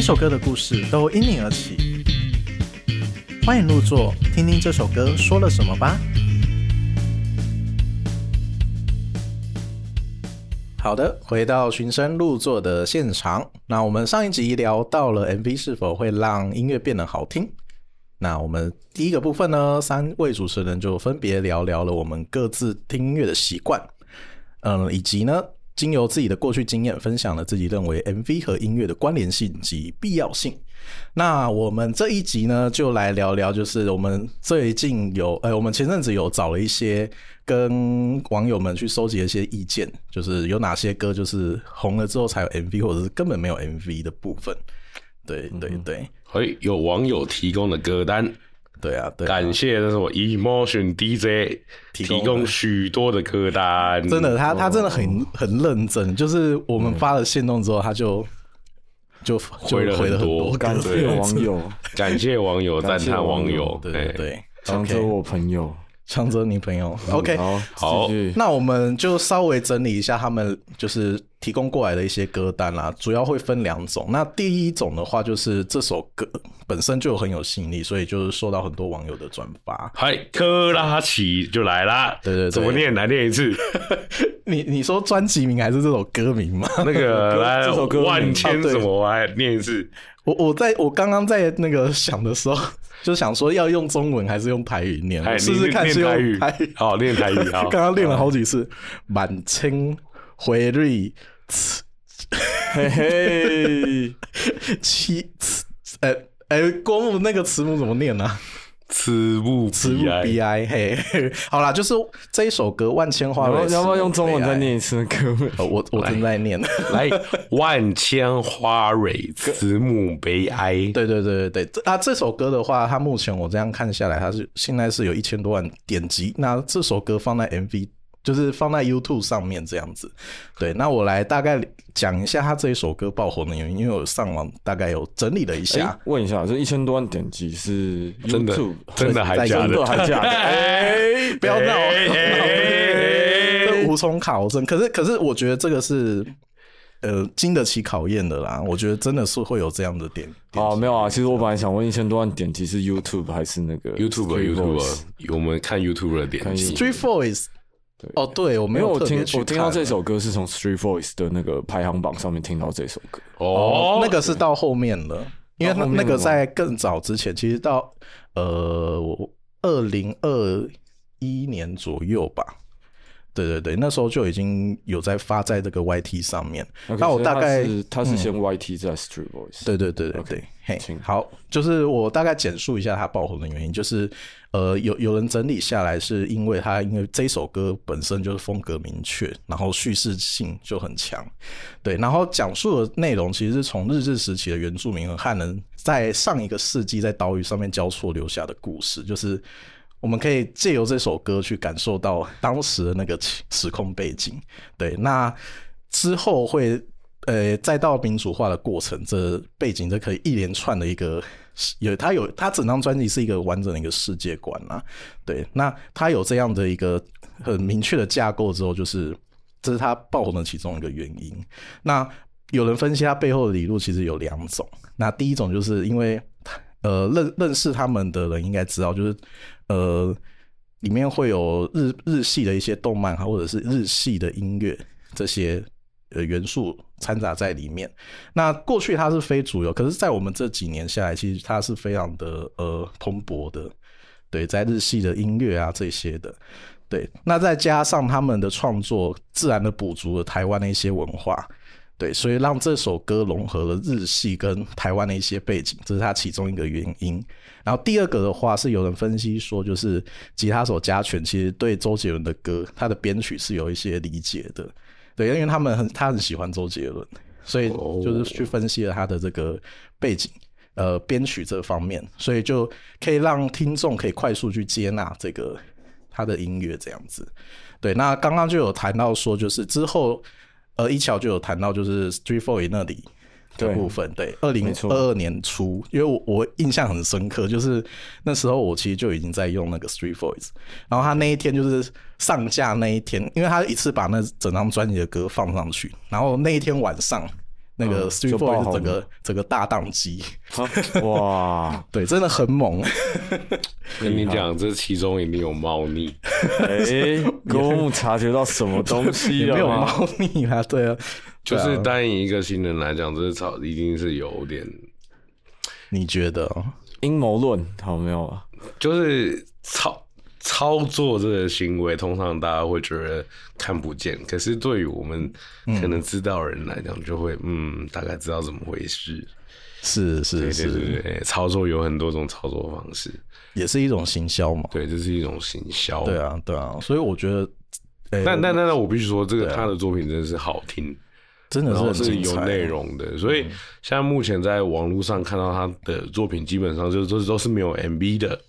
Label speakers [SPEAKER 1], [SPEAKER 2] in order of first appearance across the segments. [SPEAKER 1] 首歌的故事都因你而起。欢迎入座，听听这首歌说了什么吧。好的，回到寻声入座的现场。那我们上一集聊到了 MV 是否会让音乐变得好听。那我们第一个部分呢，三位主持人就分别聊聊了我们各自听音乐的习惯，嗯，以及呢，经由自己的过去经验，分享了自己认为 MV 和音乐的关联性及必要性。那我们这一集呢，就来聊聊，就是我们最近有，呃，我们前阵子有找了一些跟网友们去收集一些意见，就是有哪些歌就是红了之后才有 MV，或者是根本没有 MV 的部分。对
[SPEAKER 2] 嗯
[SPEAKER 1] 对对、
[SPEAKER 2] 嘿，哎有网友提供的歌单，
[SPEAKER 1] 对啊，对啊
[SPEAKER 2] 感谢那什么 Emotion DJ
[SPEAKER 1] 提
[SPEAKER 2] 提
[SPEAKER 1] 供的
[SPEAKER 2] 供许多的歌单，
[SPEAKER 1] 真的，他他真的很
[SPEAKER 2] 哦
[SPEAKER 1] 很认真，就是我们发了线动之后，他就就就
[SPEAKER 2] 回嗯了
[SPEAKER 1] 回了
[SPEAKER 2] 很
[SPEAKER 1] 很
[SPEAKER 2] 多
[SPEAKER 1] 多，
[SPEAKER 2] 感
[SPEAKER 3] 感
[SPEAKER 2] 谢
[SPEAKER 3] 谢网友，
[SPEAKER 2] 感谢网友，赞
[SPEAKER 3] 感谢
[SPEAKER 2] 叹哎网
[SPEAKER 3] 网友
[SPEAKER 2] 友，
[SPEAKER 1] 对对
[SPEAKER 2] 嘿，
[SPEAKER 1] 对，
[SPEAKER 3] 强
[SPEAKER 1] OK，
[SPEAKER 3] 者我朋友。
[SPEAKER 1] 强者女朋友，OK。
[SPEAKER 3] 好，
[SPEAKER 2] 好
[SPEAKER 3] 继续。
[SPEAKER 1] 那我们就稍微整理一下他们就是提供过来的一些歌单啦，主要会分两种。那第一种的话，就是这首歌本身就很有吸引力，所以就是受到很多网友的转发。
[SPEAKER 2] 嗨，科拉奇就来啦！
[SPEAKER 1] 对对对
[SPEAKER 2] 怎么念？来念一 次。
[SPEAKER 1] 你你说专辑名还是这首歌名吗？
[SPEAKER 2] 那个来
[SPEAKER 3] 这首歌
[SPEAKER 2] 万千
[SPEAKER 1] 啊对
[SPEAKER 2] 什么？来念一次。
[SPEAKER 1] 我我在我刚刚在那个想的时候，就想说要用中文还是用台语念，
[SPEAKER 2] 哎，
[SPEAKER 1] 试试看
[SPEAKER 2] 你
[SPEAKER 1] 是
[SPEAKER 2] 念台
[SPEAKER 1] 用
[SPEAKER 2] 语
[SPEAKER 1] 台语。，
[SPEAKER 2] 好，念台语。好
[SPEAKER 1] 刚，刚练了好几次，满清回瑞次
[SPEAKER 3] 嘿嘿，
[SPEAKER 1] 七次，呃呃，郭牧那个词母怎么念呢、啊？
[SPEAKER 2] 此物
[SPEAKER 1] 词母
[SPEAKER 2] 彼岸
[SPEAKER 1] B I 嘿， 好啦，就是这一首歌《万千花
[SPEAKER 3] 要
[SPEAKER 1] 蕊》
[SPEAKER 3] 不要不要用中文再
[SPEAKER 1] 慈母
[SPEAKER 3] 念一次歌名？
[SPEAKER 1] 悲哀？呃我我正在念。
[SPEAKER 2] 来，万千花蕊，慈母悲哀。
[SPEAKER 1] 对对对对对，这啊这首歌的话，它目前我这样看下来，它是现在是有一千多万点击。那这首歌放在 MV，就是放在 YouTube 上面这样子。对，那我来大概讲一下它这一首歌爆红的原因，因为我上网大概有整理了一
[SPEAKER 3] 哎
[SPEAKER 1] 下，，
[SPEAKER 3] 问一下，这一千多万点击是
[SPEAKER 2] 真的
[SPEAKER 3] YouTube
[SPEAKER 2] 真的还假
[SPEAKER 1] 真
[SPEAKER 3] 的
[SPEAKER 2] 的？
[SPEAKER 3] 还 假的？
[SPEAKER 2] 哎，
[SPEAKER 1] 不要闹
[SPEAKER 2] 哎哎
[SPEAKER 1] 这无从考证。可是可是，我觉得这个是呃经得起考验的啦。我觉得真的是会有这样的点。
[SPEAKER 3] 哦，没有啊，其实我本来想问一千多万点击是 YouTube 还是那个 Street Voice？
[SPEAKER 2] YouTube，YouTube，我们看 YouTube 的点
[SPEAKER 3] 看
[SPEAKER 2] 击
[SPEAKER 1] Street
[SPEAKER 3] YouTube。
[SPEAKER 1] Voice，
[SPEAKER 3] 对
[SPEAKER 1] 哦，对我没
[SPEAKER 3] 因为
[SPEAKER 1] 有
[SPEAKER 3] 我
[SPEAKER 1] 特
[SPEAKER 3] 听
[SPEAKER 1] 别去
[SPEAKER 3] 我听到
[SPEAKER 1] 看啊
[SPEAKER 3] 这首歌是从 Street Voice 的那个排行榜上面听到这首歌，
[SPEAKER 2] 哦，
[SPEAKER 1] 那个是到后面了，因为
[SPEAKER 3] 到
[SPEAKER 1] 那
[SPEAKER 3] 后面
[SPEAKER 1] 那
[SPEAKER 3] 了
[SPEAKER 1] 个
[SPEAKER 3] 吗
[SPEAKER 1] 在更早之前，其实到呃二零二一年左右吧。对对对，那时候就已经有在发在这个 YT 上面。
[SPEAKER 3] OK，
[SPEAKER 1] 那我
[SPEAKER 3] 所以它
[SPEAKER 1] 大概嗯
[SPEAKER 3] 是它是先 YT 再 Street Voice，
[SPEAKER 1] 对对对对对嘿
[SPEAKER 3] 请
[SPEAKER 1] 好，就是我大概简述一下它爆红的原因，就是呃，有有人整理下来，是因为它因为这首歌本身就是风格明确，然后叙事性就很强，对，然后讲述的内容其实是从日治时期的原住民和汉人在上一个世纪在岛屿上面交错留下的故事，就是。我们可以借由这首歌去感受到当时的那个时时空背景，对，那之后会呃，再到民主化的过程，这背景这可以一连串的一个有，它有它整张专辑是一个完整的一个世界观啦、对，那它有这样的一个很明确的架构之后，就是这是它爆红的其中一个原因。那有人分析它背后的理路其实有两种，那第一种就是因为呃认认识他们的人应该知道，就是呃里面会有日日系的一些动漫啊或者是日系的音乐这些呃元素掺杂在里面。那过去它是非主流，可是，在我们这几年下来，其实它是非常的呃蓬勃的，对，在日系的音乐啊这些的。对，那再加上他们的创作，自然的补足了台湾的一些文化，对，所以让这首歌融合了日系跟台湾的一些背景，这是它其中一个原因。然后第二个的话，是有人分析说，就是吉他手加权其实对周杰伦的歌，他的编曲是有一些理解的，对，因为他们很他很喜欢周杰伦，所以就是去分析了他的这个背景，呃，编曲这方面，所以就可以让听众可以快速去接纳这个他的音乐这样子。对，那刚刚就有谈到说，就是之后，呃，一桥就有谈到就是 Street Four 那里的
[SPEAKER 3] 对
[SPEAKER 1] 部分，对，二零
[SPEAKER 3] 没错
[SPEAKER 1] 二二年初，因为我我印象很深刻，就是那时候我其实就已经在用那个 Street Voice，然后他那一天就是上架那一天，因为他一次把那整张专辑的歌放上去，然后那一天晚上那个
[SPEAKER 3] 嗯
[SPEAKER 1] Street
[SPEAKER 3] 就
[SPEAKER 1] Boy
[SPEAKER 3] 爆
[SPEAKER 1] 是
[SPEAKER 3] 红
[SPEAKER 1] 整个
[SPEAKER 3] 了
[SPEAKER 1] 整个大宕机，
[SPEAKER 3] 哇，
[SPEAKER 1] 对，真的很猛。
[SPEAKER 3] 啊
[SPEAKER 2] 跟你讲，这其中一定有猫腻。啊
[SPEAKER 3] 哎，公务察觉到什么东西
[SPEAKER 1] 也
[SPEAKER 3] 啊
[SPEAKER 1] 没
[SPEAKER 3] 了
[SPEAKER 1] 有
[SPEAKER 3] 吗？
[SPEAKER 1] 猫腻啊，对啊，
[SPEAKER 2] 就是单以一个新人来讲，这草一定是有点，
[SPEAKER 1] 你觉得哦？
[SPEAKER 3] 阴谋论，好没有啊？
[SPEAKER 2] 就是操操作这个行为，通常大家会觉得看不见，可是对于我们可能知道的人来讲，就会嗯，大概知道怎么回事。
[SPEAKER 1] 是
[SPEAKER 2] 对
[SPEAKER 1] 是
[SPEAKER 2] 对
[SPEAKER 1] 是，
[SPEAKER 2] 对对，操作有很多种操作方式，
[SPEAKER 1] 也是一种行销嘛。
[SPEAKER 2] 对，这是一种行销。
[SPEAKER 1] 对啊，对啊，所以我觉得，哎，
[SPEAKER 2] 但但但但我必须说，这个他的作品真的是好听，
[SPEAKER 1] 啊真的
[SPEAKER 2] 然
[SPEAKER 1] 是很
[SPEAKER 2] 后是
[SPEAKER 1] 精
[SPEAKER 2] 有
[SPEAKER 1] 彩啊嗯
[SPEAKER 2] 内。容的，所以现在目前在网络上看到他的作品，基本上就都是都是没有 MV 的，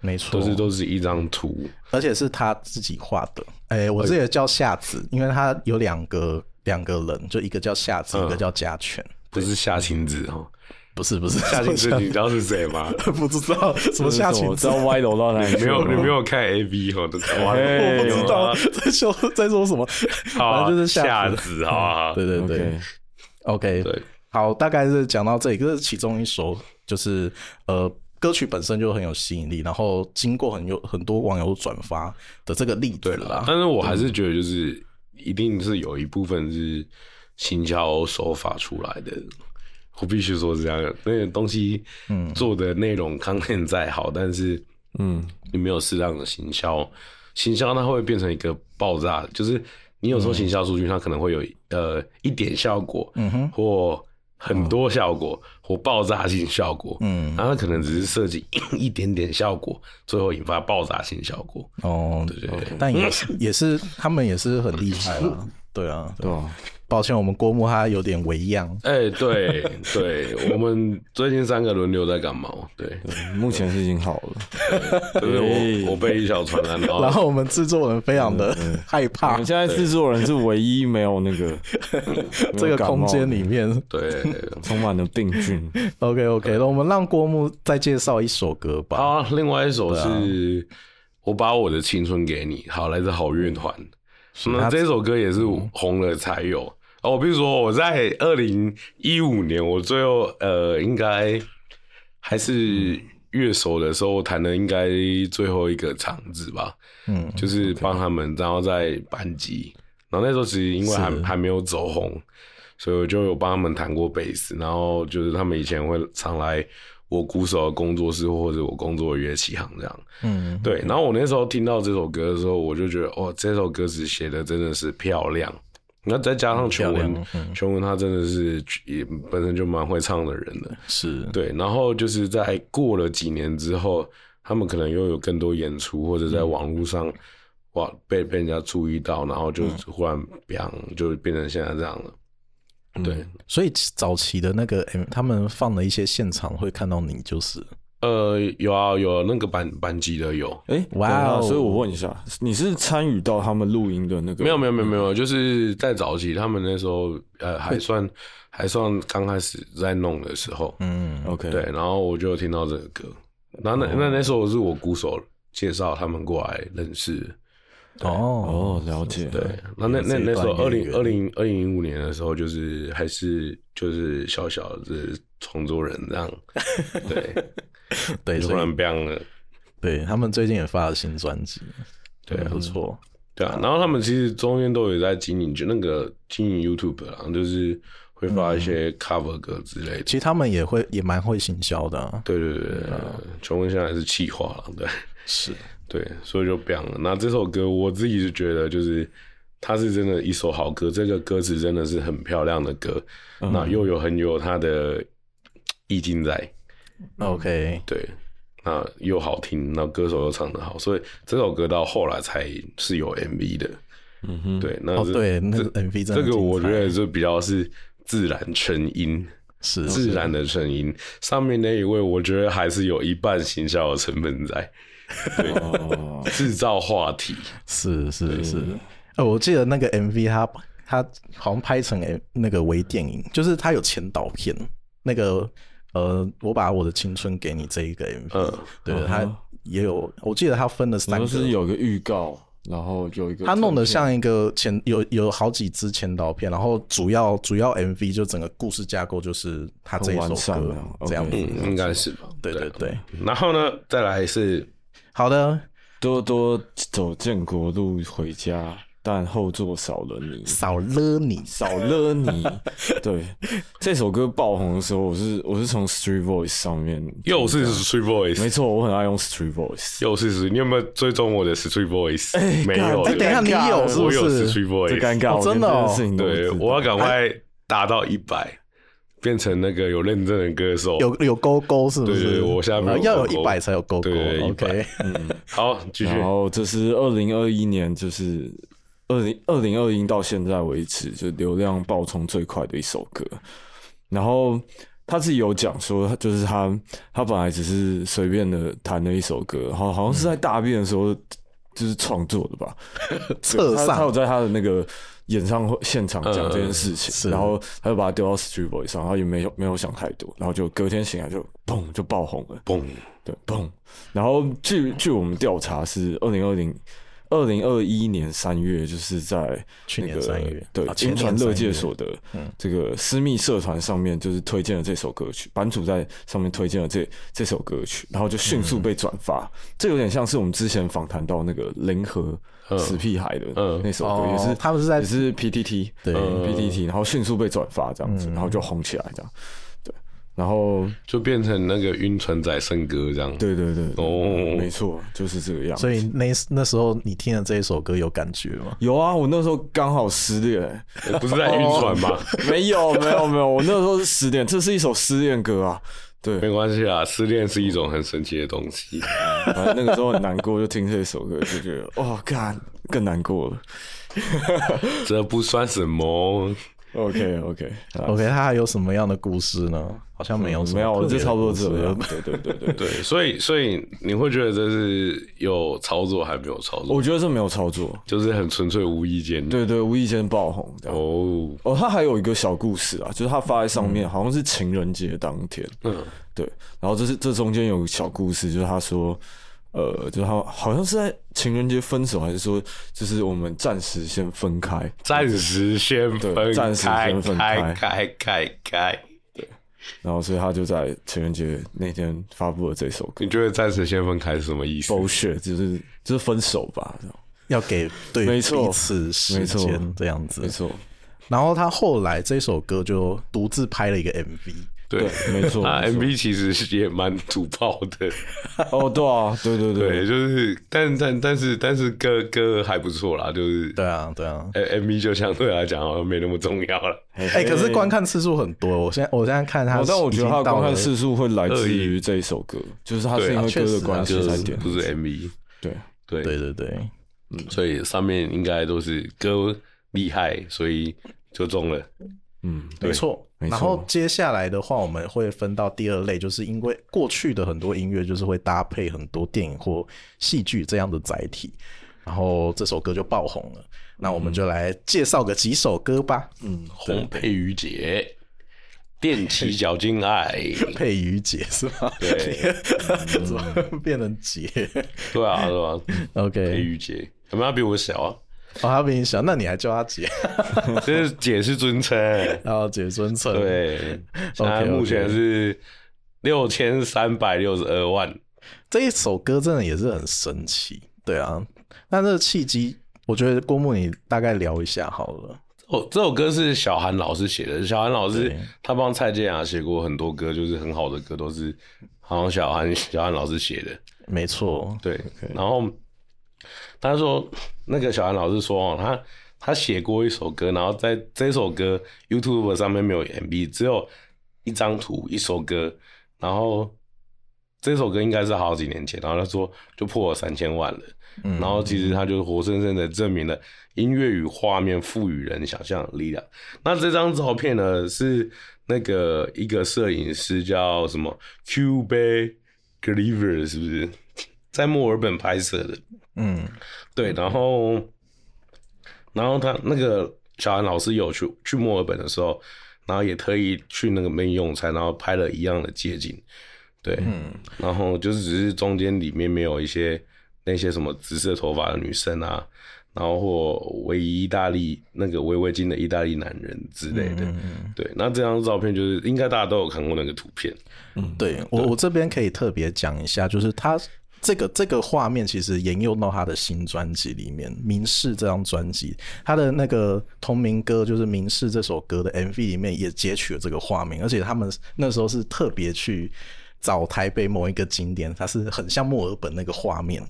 [SPEAKER 1] 没错，
[SPEAKER 2] 都是都是一张图。
[SPEAKER 1] 而且是他自己画的。哎、我这个叫夏子，因为他有两个两个人，就一个叫夏子，一个叫家犬。
[SPEAKER 2] 不是夏晴子哦，
[SPEAKER 1] 不是不是，
[SPEAKER 2] 夏晴子你知道是谁吗？
[SPEAKER 1] 不知道什么夏晴
[SPEAKER 3] 我知
[SPEAKER 1] 子
[SPEAKER 3] 道，歪楼到哪里
[SPEAKER 2] 没
[SPEAKER 3] 去了
[SPEAKER 2] 有，
[SPEAKER 3] 吗？
[SPEAKER 2] 你没有看 A V 哦，这台
[SPEAKER 3] 哎
[SPEAKER 2] 湾
[SPEAKER 1] 我
[SPEAKER 3] 我
[SPEAKER 1] 不
[SPEAKER 3] 不
[SPEAKER 1] 知
[SPEAKER 3] 知
[SPEAKER 1] 道
[SPEAKER 2] 道
[SPEAKER 1] 在说在说什么，反正就是
[SPEAKER 2] 啊夏
[SPEAKER 1] 子。
[SPEAKER 2] 啊子啊，
[SPEAKER 1] 对对对
[SPEAKER 3] OK，
[SPEAKER 1] ，OK，
[SPEAKER 2] 对，
[SPEAKER 1] 好，大概是讲到这里，这是其中一首，就是呃。歌曲本身就很有吸引力，然后经过很有很多网友转发的这个例子
[SPEAKER 2] 对
[SPEAKER 1] 啦
[SPEAKER 2] 了，，但是我还是觉得就是一定是有一部分是行销手法出来的，我必须说是这样。那个东西，嗯，做的内容 content 再好，但是
[SPEAKER 3] 嗯，
[SPEAKER 2] 你没有适当的行销，行销它会变成一个爆炸，就是你有时候行销出去，它可能会有、呃一点效果，嗯哼，或很多效果，或爆炸性效果，
[SPEAKER 1] 嗯，
[SPEAKER 2] 然后它可能只是设计一点点效果，最后引发爆炸性效果，
[SPEAKER 1] 哦，对对对，但也 是也是他们也是很厉害 啦，对啊，对
[SPEAKER 3] 对啊，
[SPEAKER 1] 抱歉，我们郭牧他有点为样，
[SPEAKER 2] 哎、对对，我们最近三个轮流在感冒，对，
[SPEAKER 3] 目前是已经好了。
[SPEAKER 2] 就是
[SPEAKER 3] 哎
[SPEAKER 2] 我我被一小传染，然后
[SPEAKER 1] 然后我们制作人非常的害
[SPEAKER 3] 我
[SPEAKER 1] 怕
[SPEAKER 2] 啊
[SPEAKER 3] 们现在制作人是唯一没有那个
[SPEAKER 1] 这个空间里 面。
[SPEAKER 2] 对，
[SPEAKER 3] 充满了病 菌。
[SPEAKER 1] OK OK，那我们让郭牧再介绍一首歌吧。啊
[SPEAKER 2] 好，哦另外一首是、我把我的青春给你，好，来自好乐团。那这首歌也是
[SPEAKER 1] 嗯
[SPEAKER 2] 红了才有。哦，我必须说，我在二零一五年，我最后呃，应该还是乐手的时候弹的，应该最后一个场子吧。
[SPEAKER 1] 嗯，
[SPEAKER 2] 就是帮他们，然后在班级。然后那时候其实因为还
[SPEAKER 1] 是
[SPEAKER 2] 还没有走红，所以我就有帮他们弹过贝斯。然后就是他们以前会常来我鼓手的工作室或者我工作的乐器行这样。
[SPEAKER 1] 嗯，
[SPEAKER 2] 对，然后我那时候听到这首歌的时候，我就觉得哦，这首歌词写的真的是漂亮。那再加上琼
[SPEAKER 1] 嗯漂
[SPEAKER 2] 文
[SPEAKER 1] 亮，
[SPEAKER 2] 琼文他真的是也本身就蛮会唱的人的，
[SPEAKER 1] 是，
[SPEAKER 2] 对，然后就是在过了几年之后，他们可能又有更多演出，或者在网络上、哇被被人家注意到，然后就忽然 biang 就变成现在这样了。对，
[SPEAKER 1] 所以早期的那个 M，他们放的一些现场会看到你，就是
[SPEAKER 2] 呃，有啊，有那个班班级的有，
[SPEAKER 3] 哎，
[SPEAKER 1] 哇
[SPEAKER 3] 哇
[SPEAKER 1] 哦
[SPEAKER 3] 哦！所以我问一下，你是参与到他们录音的那个？
[SPEAKER 2] 没有没有没有没有，就是在早期他们那时候呃还算还算刚开始在弄的时候，
[SPEAKER 1] 嗯，
[SPEAKER 3] 有。OK，
[SPEAKER 2] 对，然后我就听到这个歌，然后那、那那时候是我鼓手介绍他们过来认识的。
[SPEAKER 1] 哦，
[SPEAKER 3] 哦，了解。
[SPEAKER 2] 对，那那那
[SPEAKER 1] 也是一
[SPEAKER 2] 那时候
[SPEAKER 1] 段
[SPEAKER 2] 二
[SPEAKER 1] 渊
[SPEAKER 2] 零
[SPEAKER 1] 源
[SPEAKER 2] 二零二零零五年的时候，就是还是就是小小的创作人这样，对，
[SPEAKER 1] 对，哎
[SPEAKER 2] 突
[SPEAKER 1] 所以
[SPEAKER 2] 然变了，
[SPEAKER 1] 对他们最近也发了新专辑，
[SPEAKER 2] 对啊
[SPEAKER 1] 不错，
[SPEAKER 2] 对啊。然后他们其实中间都有在经营，就那个经营 YouTube 啦，就是会发一
[SPEAKER 1] 嗯
[SPEAKER 2] 些 cover 歌之类的。
[SPEAKER 1] 其实他们也会也蛮会行销的啊，
[SPEAKER 2] 对对对对，全文现在是气化了，对
[SPEAKER 1] 是，
[SPEAKER 2] 对，所以就变了。那这首歌我自己是觉得就是。它是真的一首好歌，这个歌词真的是很漂亮的歌，
[SPEAKER 1] 嗯
[SPEAKER 2] 那又有很有它的意境在。
[SPEAKER 1] OK，
[SPEAKER 2] 对，那又好听，那歌手又唱得好，所以这首歌到后来才是有 MV 的。嗯哼，对，那
[SPEAKER 1] 哦
[SPEAKER 2] 是、
[SPEAKER 1] 对，那
[SPEAKER 2] 这
[SPEAKER 1] 个 MV 真的
[SPEAKER 2] 这个我
[SPEAKER 1] 精彩
[SPEAKER 2] 觉得就比较是自然成音，
[SPEAKER 1] 是
[SPEAKER 2] 自然的成音。上面那一位，我觉得还是有一半行销的成分在，
[SPEAKER 3] 哦，
[SPEAKER 2] 制造话题。
[SPEAKER 1] 是是是，呃，我记得那个 MV 它它好像拍成 M- 那个微电影，就是它有前导片，那个呃，我把我的青春给你这一个 MV，、
[SPEAKER 2] 嗯，
[SPEAKER 1] 对，它也有，我记得它分了
[SPEAKER 3] 你
[SPEAKER 1] 三
[SPEAKER 3] 说
[SPEAKER 1] 个，
[SPEAKER 3] 是有个预告，然后有一个
[SPEAKER 1] 他弄得
[SPEAKER 3] 成片
[SPEAKER 1] 像一个前有有好几支前导片，然后主要主要 MV 就整个故事架构就是他这一
[SPEAKER 3] 很完
[SPEAKER 1] 首
[SPEAKER 3] 善
[SPEAKER 1] 歌
[SPEAKER 3] 啊
[SPEAKER 1] 这样子。
[SPEAKER 3] OK
[SPEAKER 2] 嗯，应该是吧？
[SPEAKER 1] 对对对，嗯
[SPEAKER 2] 然后呢，再来是
[SPEAKER 1] 好的，
[SPEAKER 3] 多多走建国路回家，但后座少了你。
[SPEAKER 1] 少了你，
[SPEAKER 3] 少了 你，对这首歌爆红的时候，我是我是从 Street Voice 上面，
[SPEAKER 2] 又是
[SPEAKER 1] 啊
[SPEAKER 2] Street
[SPEAKER 3] 没
[SPEAKER 2] Boys，
[SPEAKER 3] 错，我很爱用 Street Voice，
[SPEAKER 2] 又是 Street，你有没有追踪我的 Street Boys？
[SPEAKER 3] 哎
[SPEAKER 2] 没有，
[SPEAKER 3] 干
[SPEAKER 1] 哎，等一下你有是不
[SPEAKER 2] 我有
[SPEAKER 1] 是？
[SPEAKER 2] Street
[SPEAKER 3] 这
[SPEAKER 2] Boys，
[SPEAKER 3] 尴尬，
[SPEAKER 1] 哦
[SPEAKER 3] 我连
[SPEAKER 1] 真的哦
[SPEAKER 3] 这件事情都不知
[SPEAKER 2] 对
[SPEAKER 3] 道
[SPEAKER 2] 我要赶快达到一百，变成那个有认证的歌手。
[SPEAKER 1] 有有勾勾是不
[SPEAKER 2] 对对
[SPEAKER 1] 是？
[SPEAKER 2] 我下面有
[SPEAKER 1] 呃要有
[SPEAKER 2] 勾勾
[SPEAKER 1] 一百才有勾勾。
[SPEAKER 2] 对对对
[SPEAKER 1] OK，
[SPEAKER 2] 好，继续
[SPEAKER 3] 然。后这是二零二一年，就是二零二零二零到现在为止，就流量爆冲最快的一首歌。然后他自己有讲说，就是他他本来只是随便的弹了一首歌，然后好像是在大便的时候就是创作 的吧。
[SPEAKER 1] 侧
[SPEAKER 3] 他他有
[SPEAKER 1] 上
[SPEAKER 3] 在他的那个演唱会现场讲这件事
[SPEAKER 1] 嗯是
[SPEAKER 3] 情，然后他就把它丢到 Street Boy 上，然后也没有没有想太多，然后就隔天醒来就砰就爆红了。
[SPEAKER 2] 嘣，
[SPEAKER 3] 对，砰。然后据据我们调查是二零二零二零二一年三月，就是在
[SPEAKER 1] 去
[SPEAKER 3] 那
[SPEAKER 1] 年
[SPEAKER 3] 个
[SPEAKER 1] 三月
[SPEAKER 3] 对
[SPEAKER 1] 啊前
[SPEAKER 3] 金
[SPEAKER 1] 年
[SPEAKER 3] 传乐界
[SPEAKER 1] 三月嗯
[SPEAKER 3] 所的这个私密社团上面，就是推荐了这首歌曲，版主在上面推荐了这这首歌曲，然后就迅
[SPEAKER 1] 嗯
[SPEAKER 3] 速被转发。这有点像是我们之前访谈到那个零和死屁孩的
[SPEAKER 2] 嗯
[SPEAKER 3] 那首歌，
[SPEAKER 1] 哦
[SPEAKER 3] 也是
[SPEAKER 1] 他们是在
[SPEAKER 3] 也是 PTT
[SPEAKER 1] 对嗯
[SPEAKER 3] 嗯 PTT，然后迅速被转发这样子，然后就红起来这样。对，然后
[SPEAKER 2] 就变成那个晕船仔圣歌这样。
[SPEAKER 3] 对对对对
[SPEAKER 2] 哦
[SPEAKER 3] 没错，就是这个样子。
[SPEAKER 1] 所以那那时候你听了这一首歌有感觉吗？
[SPEAKER 3] 有啊，我那时候刚好失 恋，
[SPEAKER 2] 欸，不是在晕船吗？
[SPEAKER 3] 没有没有没有，我那时候是失恋，这是一首失恋歌啊。 对，
[SPEAKER 2] 没关系啊，失恋是一种很神奇的东 西。
[SPEAKER 3] 反正那个时候很难过，就听这首歌，就觉得哦，干更难过了。
[SPEAKER 2] 这不算什么。
[SPEAKER 3] OK OK，
[SPEAKER 1] OK，他还有什么样的故事呢？好像没有什么
[SPEAKER 3] 啊呃嗯没有，
[SPEAKER 1] 特别
[SPEAKER 3] 就
[SPEAKER 1] 的
[SPEAKER 3] 差不多
[SPEAKER 1] 故事
[SPEAKER 3] 这样。对对对对对，
[SPEAKER 2] 对，所以所以你会觉得这是有操作还没有操作
[SPEAKER 3] 我，觉得这没有操作，
[SPEAKER 2] 就是很纯粹无意间。
[SPEAKER 3] 对对，无意间爆红这样。
[SPEAKER 2] 哦，
[SPEAKER 3] 哦，他还有一个小故事啊，就是他发在上面，好像是情人节当天。
[SPEAKER 2] 嗯，
[SPEAKER 3] 对，然后这是这中间有个小故事，就是他说，呃，就是他好像是在情人节分手，还是说就是我们暂时先分开，
[SPEAKER 2] 暂时先分开，
[SPEAKER 3] 对暂时先分
[SPEAKER 2] 开
[SPEAKER 3] 开
[SPEAKER 2] 开开开。
[SPEAKER 3] 然后所以他就在情人节那天发布了这首歌
[SPEAKER 2] 你觉得暂时先分开是什么意思？
[SPEAKER 3] ，bullshit，就是就是分手吧，这样
[SPEAKER 1] 要 给对
[SPEAKER 3] 没错
[SPEAKER 1] 彼此时
[SPEAKER 3] 没错
[SPEAKER 1] 间这样子
[SPEAKER 3] 没。错，
[SPEAKER 1] 然后他后来这首歌就独自拍了一个 MV，
[SPEAKER 2] 对
[SPEAKER 3] 对， 没错
[SPEAKER 2] 那
[SPEAKER 3] 没错
[SPEAKER 2] MV 其实也蛮土炮的，
[SPEAKER 3] 哦，对啊，对对
[SPEAKER 2] 对，就是，但但但是但是歌歌还不错啦，就是
[SPEAKER 1] 对啊，对啊。
[SPEAKER 2] 呃 MV 就相对来讲好像没那么重要了。
[SPEAKER 1] 哎、可是观看次数很多，我现在我现在看他
[SPEAKER 3] 哦
[SPEAKER 1] 已经到
[SPEAKER 3] 但
[SPEAKER 1] 了，
[SPEAKER 3] 我觉得他的观看次数会来自于这一首歌，就是他是因
[SPEAKER 2] 对
[SPEAKER 3] 为
[SPEAKER 1] 确
[SPEAKER 3] 歌
[SPEAKER 1] 实
[SPEAKER 3] 的
[SPEAKER 1] 啊
[SPEAKER 3] 关系
[SPEAKER 1] 确
[SPEAKER 3] 才
[SPEAKER 1] 实
[SPEAKER 3] 点，
[SPEAKER 2] 不是 MV，
[SPEAKER 3] 对，
[SPEAKER 2] 对
[SPEAKER 1] 对对对，
[SPEAKER 2] 所以上面应该都是歌厉害，所以就中了。
[SPEAKER 3] 嗯，
[SPEAKER 1] 没错。
[SPEAKER 3] 没错
[SPEAKER 1] 然后接下来的话，我们会分到第二类，就是因为过去的很多音乐就是会搭配很多电影或戏剧这样的载体，然后这首歌就爆红了。那我们就来介绍个几首歌吧。
[SPEAKER 3] 嗯，
[SPEAKER 2] 洪佩瑜姐，踮起脚尖爱，
[SPEAKER 1] 配瑜姐是吧？
[SPEAKER 2] 对
[SPEAKER 1] 怎么变成姐
[SPEAKER 2] 对啊，对吧？佩
[SPEAKER 1] ？OK，
[SPEAKER 2] 瑜姐，有没有比我小啊？
[SPEAKER 1] 哦，他比你小，那你还叫他 姐？
[SPEAKER 2] 这是姐是尊称，
[SPEAKER 1] 然后姐尊称，，
[SPEAKER 2] 对，现在
[SPEAKER 1] OK，OK
[SPEAKER 2] 目前是六千三百六十二万，
[SPEAKER 1] 这一首歌真的也是很神奇，对啊。那这个契机，我觉得郭牧你大概聊一下好了。
[SPEAKER 2] 哦，这首歌是小韩老师写的。小韩老师
[SPEAKER 1] 对
[SPEAKER 2] 他帮蔡健雅写过很多歌，就是很好的歌，都是好像小韩小韩老师写的。
[SPEAKER 1] 没错，
[SPEAKER 2] 对然后他说那个小韩老师说哦，他他写过一首歌，然后在这首歌 YouTube 上面没有 MV，只有一张图一首歌，然后这首歌应该是好几年前，然后他说就破了三千万了。然后其实他就活生生的证明了音乐与画面赋予人想象的力量。那这张照片呢，是那个一个摄影师叫什么 Q Bay Cleaver，是不是 在墨尔本拍摄的？
[SPEAKER 1] 嗯，
[SPEAKER 2] 对，然后，然后他那个小韩老师有去去墨尔本的时候，然后也特意去那个边用餐，然后拍了一样的街景，对，然后就是只是中间里面没有一些那些什么紫色头发的女生啊，然后或围意大利那个围围巾的意大利男人之类的。对，那这张照片就是应该大家都有看过那个图片。
[SPEAKER 1] 对我我这边可以特别讲一下，就是他这个这个画面其实沿用到他的新专辑里面，《明示》这张专辑，他的那个同名歌就是《明示》这首歌的 MV 里面也截取了这个画面，而且他们那时候是特别去找台北某一个景点，它是很像墨尔本那个画面。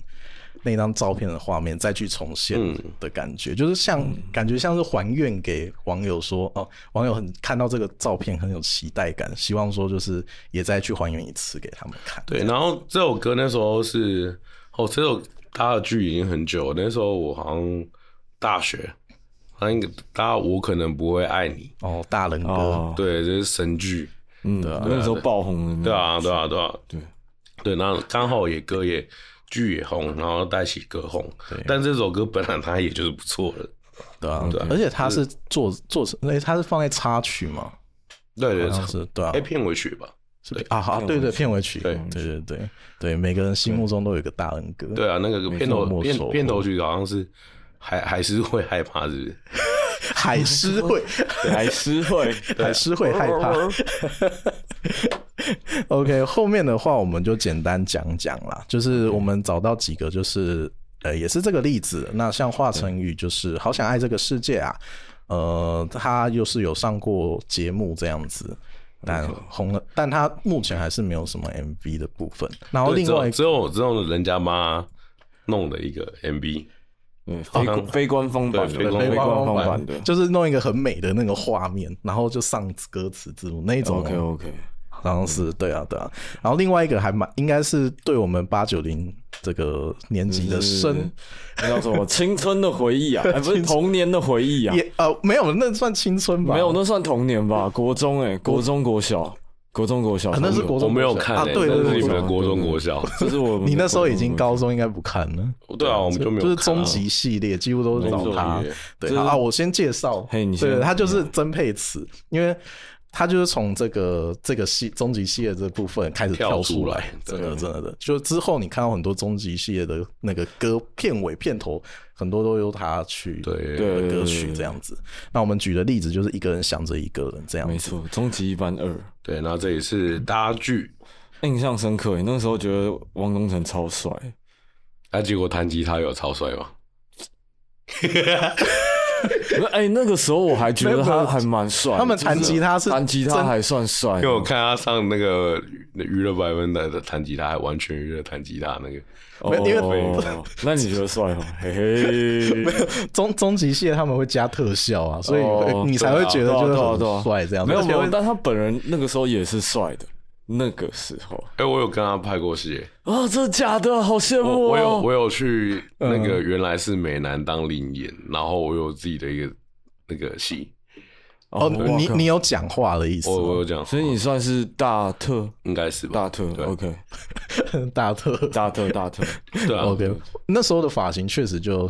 [SPEAKER 1] 那张照片的画面再去重现
[SPEAKER 2] 嗯
[SPEAKER 1] 的感觉，就是像感觉像是还愿给网友说哦，网友很看到这个照片很有期待感，希望说就是也再去还原一次给他们看。
[SPEAKER 2] 对，然后这首歌那时候是哦，这首搭的剧已经很久了，那时候我好像大学，好像搭我可能不会爱你，
[SPEAKER 1] 哦，大人哥，
[SPEAKER 3] 哦，
[SPEAKER 2] 对，这是神剧，
[SPEAKER 3] 嗯，
[SPEAKER 1] 啊
[SPEAKER 3] 那时候爆红的，
[SPEAKER 2] 对，啊，对啊，对啊，
[SPEAKER 3] 对，
[SPEAKER 2] 对，然后刚好也歌也剧也红，然后带起歌红，但这首歌本来它也就是不错的，
[SPEAKER 1] 对啊，对啊，而且他是做做成，哎，他是放在插曲嘛，
[SPEAKER 2] 对对
[SPEAKER 1] 好像是对啊
[SPEAKER 2] 哎，片尾曲吧，
[SPEAKER 1] 是啊，好，对对，片尾曲，
[SPEAKER 2] 对
[SPEAKER 1] 对对对对，每个人心目中都有一个大人哥，
[SPEAKER 2] 对啊，那个片
[SPEAKER 1] 没错
[SPEAKER 2] 头
[SPEAKER 1] 没错
[SPEAKER 2] 片片头曲好像是还还是会害怕，是不是？
[SPEAKER 1] 海狮会，
[SPEAKER 3] 还是会，
[SPEAKER 1] 还是会害 怕。OK，后面的话我们就简单讲讲啦，就是我们找到几个，就是呃，也是这个例子。那像华晨宇，就是《好想爱这个世界》啊，呃，他又是有上过节目这样子，但红了，但他目前还是没有什么 MV 的部分。然后
[SPEAKER 2] 对
[SPEAKER 1] 另
[SPEAKER 2] 只有
[SPEAKER 1] 外一个
[SPEAKER 2] 只有只有人家妈弄的一个 MV，
[SPEAKER 3] 对，非
[SPEAKER 2] 像
[SPEAKER 3] 非官方版的，
[SPEAKER 2] 对非官
[SPEAKER 3] 非官
[SPEAKER 1] 方
[SPEAKER 3] 方版的
[SPEAKER 1] 就是弄一个很美的那个画面，然后就上歌词字幕那一种
[SPEAKER 3] ，OK OK，
[SPEAKER 1] 好像
[SPEAKER 2] 嗯
[SPEAKER 1] 是对啊，对啊。然后另外一个还蛮，应该是对我们八九零这个年级的生
[SPEAKER 3] 那叫什么青春的回忆 啊，哎，不是童年的回忆啊，
[SPEAKER 1] 也呃没有，那算青春吧？
[SPEAKER 3] 没有，那算童年吧，国中哎，国中国小，国中国小
[SPEAKER 1] 啊，那是国
[SPEAKER 2] 我
[SPEAKER 1] 中
[SPEAKER 2] 没有
[SPEAKER 1] 国小
[SPEAKER 2] 看
[SPEAKER 1] 啊
[SPEAKER 2] 欸
[SPEAKER 1] 对对
[SPEAKER 2] 但是
[SPEAKER 1] 对
[SPEAKER 2] 你们
[SPEAKER 1] 对
[SPEAKER 2] 的国中国小，
[SPEAKER 3] 这是我，
[SPEAKER 1] 你那时候已经高中，应该不看了。
[SPEAKER 2] 对啊，我们就没有
[SPEAKER 1] 是
[SPEAKER 2] 看啊
[SPEAKER 1] 终极系列，几乎都是找他
[SPEAKER 2] 没错。
[SPEAKER 1] 对
[SPEAKER 3] 就是
[SPEAKER 1] 好啊，我先介绍，
[SPEAKER 3] 嘿你先嗯
[SPEAKER 1] 对，他就是曾沛慈，因为他就是从这个这个系终极系列这部分开始跳出来，
[SPEAKER 2] 跳
[SPEAKER 1] 真
[SPEAKER 2] 出
[SPEAKER 1] 的真的的，就之后你看到很多终极系列的那个歌片尾片头，很多都由他去
[SPEAKER 2] 对
[SPEAKER 3] 对
[SPEAKER 1] 的歌曲这样子。那我们举的例子就是一个人想着一个人这样
[SPEAKER 3] 没
[SPEAKER 1] 子，
[SPEAKER 3] 错，终极一班二。
[SPEAKER 2] 对，然后这里是搭剧，
[SPEAKER 3] 印象深刻欸耶，那时候觉得汪东城超帅，
[SPEAKER 2] 那啊结果弹吉他有超帅吗？
[SPEAKER 3] 哎、那个时候我还觉
[SPEAKER 1] 没
[SPEAKER 3] 得
[SPEAKER 1] 有没
[SPEAKER 3] 他
[SPEAKER 1] 有
[SPEAKER 3] 还蛮帅的。
[SPEAKER 1] 他们弹
[SPEAKER 3] 就是
[SPEAKER 1] 吉他是
[SPEAKER 3] 弹吉他
[SPEAKER 1] 真
[SPEAKER 3] 还算帅
[SPEAKER 1] 嗯
[SPEAKER 2] 因为，我看他上那个娱乐百分百的弹吉他，还完全娱乐弹吉他那个，
[SPEAKER 1] 没有因为
[SPEAKER 3] 哦、那你觉得帅吗？嘿嘿，
[SPEAKER 1] 终终极系列他们会加特效啊，所以
[SPEAKER 3] 哦
[SPEAKER 1] 你才会 觉得就是
[SPEAKER 3] 对啊对啊对啊
[SPEAKER 1] 很帅这样子。
[SPEAKER 3] 没有
[SPEAKER 1] 而
[SPEAKER 3] 没
[SPEAKER 1] 且会
[SPEAKER 3] 有，但他本人那个时候也是帅的。那个时候
[SPEAKER 2] 哎，我有跟他拍过戏耶，欸
[SPEAKER 3] 啊，真的假的？好羡
[SPEAKER 2] 我
[SPEAKER 3] 慕
[SPEAKER 2] 我有
[SPEAKER 3] 哦！
[SPEAKER 2] 我有去那个原来是美男当令演，然后我有自己的一个那个戏，
[SPEAKER 1] 哦，
[SPEAKER 3] 哇
[SPEAKER 1] 你
[SPEAKER 3] 靠
[SPEAKER 1] 你有讲话的意思吗？
[SPEAKER 2] 我我有讲，哦
[SPEAKER 3] 所以你算是大特
[SPEAKER 2] 应该是吧
[SPEAKER 3] 大？特
[SPEAKER 2] 对
[SPEAKER 3] ，OK，
[SPEAKER 1] 大特
[SPEAKER 3] 大特大特，
[SPEAKER 2] 对啊，
[SPEAKER 1] OK，那时候的发型确实就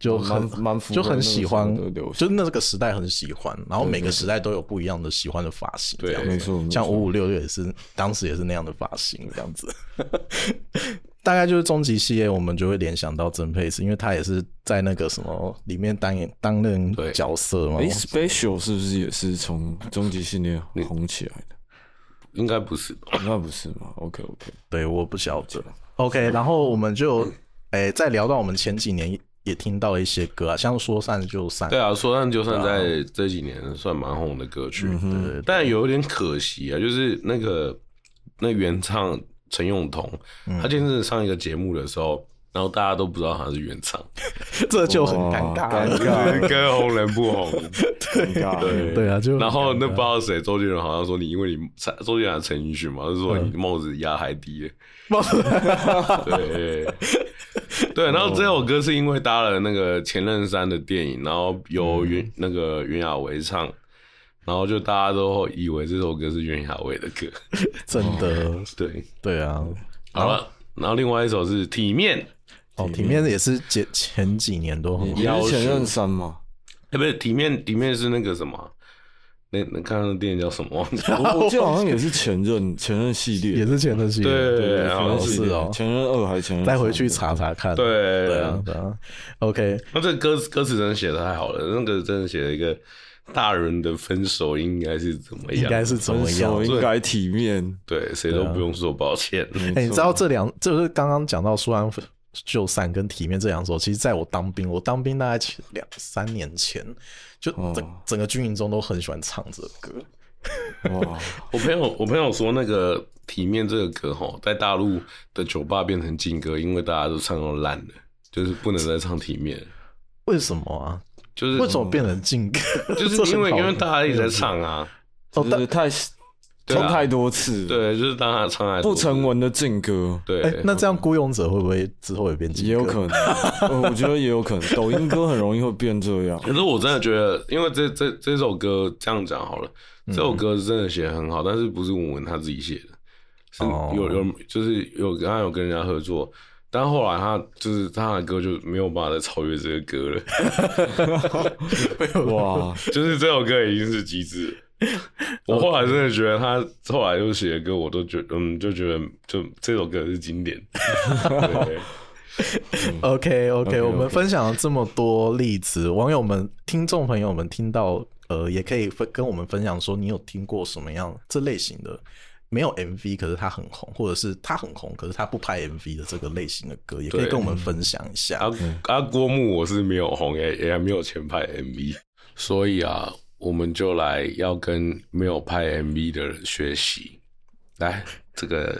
[SPEAKER 1] 就很
[SPEAKER 3] 哦蛮蛮符合
[SPEAKER 1] 就很喜欢
[SPEAKER 3] 那个时候的流，行
[SPEAKER 1] 就那个时代很喜欢，然后每个时代都有不一样的喜欢的发型，
[SPEAKER 2] 对
[SPEAKER 1] 这样子
[SPEAKER 3] 没错没错
[SPEAKER 1] 像五五六六也是当时也是那样的发型，这样子。 大概就是终极系列，我们就会联想到曾沛慈，因为他也是在那个什么里面担演担任
[SPEAKER 2] 对
[SPEAKER 1] 角色嘛
[SPEAKER 3] 哎。，Special 是不是也是从终极系列红起来的？
[SPEAKER 2] 应该不是吧？
[SPEAKER 3] 那不是吗？OK OK，
[SPEAKER 1] 对，我不晓得。OK，然后我们就诶、再聊到我们前几年也听到了一些歌啊，像说散就散，
[SPEAKER 2] 对啊，说散就散在这几年算蛮红的歌曲，
[SPEAKER 1] 对
[SPEAKER 2] 但有点可惜啊，就是那个那原唱陈永彤，他今天上一个节目的时候，然后大家都不知道他是原唱，
[SPEAKER 1] 这就很尴尬
[SPEAKER 3] 哇
[SPEAKER 1] 了
[SPEAKER 3] 尴。
[SPEAKER 2] 就是 跟红人不红。
[SPEAKER 3] 尴尬，
[SPEAKER 2] 对
[SPEAKER 1] 对啊，就
[SPEAKER 2] 然后那不知道谁，周杰伦好像说你，因为你周杰伦还是陈奕迅嘛，就说你帽子压还低了。
[SPEAKER 1] 嗯 帽子
[SPEAKER 2] 对对，然后这首歌是因为搭了那个《前任三》的电影，然后
[SPEAKER 1] 嗯
[SPEAKER 2] 由袁、那个袁娅维唱，然后就大家都以为这首歌是袁娅维的歌。
[SPEAKER 1] 真的
[SPEAKER 2] 哦对，
[SPEAKER 1] 对啊。
[SPEAKER 2] 好了，然后另外一首是《体面》，
[SPEAKER 1] 哦，体面也是前前几年都很
[SPEAKER 3] 你
[SPEAKER 2] 要求
[SPEAKER 3] 是前任三吗？
[SPEAKER 2] 哎，不是《体面》，《体面》是那个什么那那刚刚的电影叫什么？忘记 了。
[SPEAKER 3] 我我记得好像也是前任前任系
[SPEAKER 1] 也
[SPEAKER 3] 列，
[SPEAKER 1] 是前阵子
[SPEAKER 2] 对
[SPEAKER 3] 前
[SPEAKER 2] 好
[SPEAKER 3] 任
[SPEAKER 2] 像
[SPEAKER 3] 系
[SPEAKER 1] 是
[SPEAKER 3] 列
[SPEAKER 1] 哦，
[SPEAKER 3] 前任二还是前任？
[SPEAKER 1] 再回去。查查看。
[SPEAKER 2] 对
[SPEAKER 1] 对啊，对啊。OK，
[SPEAKER 2] 那这个歌词歌词真的写的太好了，那个真的写了一个大人的分手应该是怎么样？
[SPEAKER 1] 应该是怎
[SPEAKER 3] 分
[SPEAKER 1] 么样
[SPEAKER 3] 手？应该体面，
[SPEAKER 2] 对，谁都不用说抱歉。
[SPEAKER 1] 哎、
[SPEAKER 3] 没
[SPEAKER 1] 你
[SPEAKER 3] 错
[SPEAKER 1] 知道这两，就是刚刚讲到舒安就散跟体面这两首，其实在我当兵，我当兵大概前两三年前，就
[SPEAKER 3] 哦
[SPEAKER 1] 整、整个军营中都很喜欢唱这个歌。
[SPEAKER 3] 哇，
[SPEAKER 2] 我朋友我朋友说那个《体面》这个歌吼，在大陆的酒吧变成禁歌，因为大家都唱到烂了，就是不能再唱《体面》，
[SPEAKER 1] 为什么啊？
[SPEAKER 2] 就是
[SPEAKER 1] 为什么变成禁歌？
[SPEAKER 2] 就是因 为
[SPEAKER 1] 这很
[SPEAKER 2] 因
[SPEAKER 1] 好
[SPEAKER 2] 为大家一直在唱啊，
[SPEAKER 1] 哦
[SPEAKER 3] 就是太
[SPEAKER 2] 对啊
[SPEAKER 3] 唱太多次，，
[SPEAKER 2] 对，就是大家唱来
[SPEAKER 3] 不成文的禁歌，
[SPEAKER 2] 对、
[SPEAKER 1] 哎、那这样孤勇者会不会之后也变禁歌？
[SPEAKER 3] 也有可能，呃我觉得也有可能，抖音歌很容易会变 这样。
[SPEAKER 2] 可是我真的觉得，因为这这这首歌这样讲好了，这首歌真的写得很好，但是不是文文他自己写的，是
[SPEAKER 1] 哦
[SPEAKER 2] 有有就是有他有跟人家合作，但后来他就是他的歌就没有办法再超越这个歌了，
[SPEAKER 3] 哇，
[SPEAKER 2] 就是这首歌已经是极致了。我后来真的觉得他后来又写的歌，我都觉嗯就觉得就这首歌是经典。对
[SPEAKER 1] OK OK，
[SPEAKER 3] OK，OK
[SPEAKER 1] 我们分享了这么多例子，网友们、听众朋友们听到，呃，也可以分跟我们分享说，你有听过什么样这类型的没有 MV，可是它很红，或者是它很红，可是它不拍 MV 的这个类型的歌，也可以
[SPEAKER 2] 对
[SPEAKER 1] 跟我们分享一下。
[SPEAKER 2] 啊啊，郭牧我是没有红，也也还没有钱拍 MV，所以啊，我们就来要跟没有拍 MV 的人学习。来，这个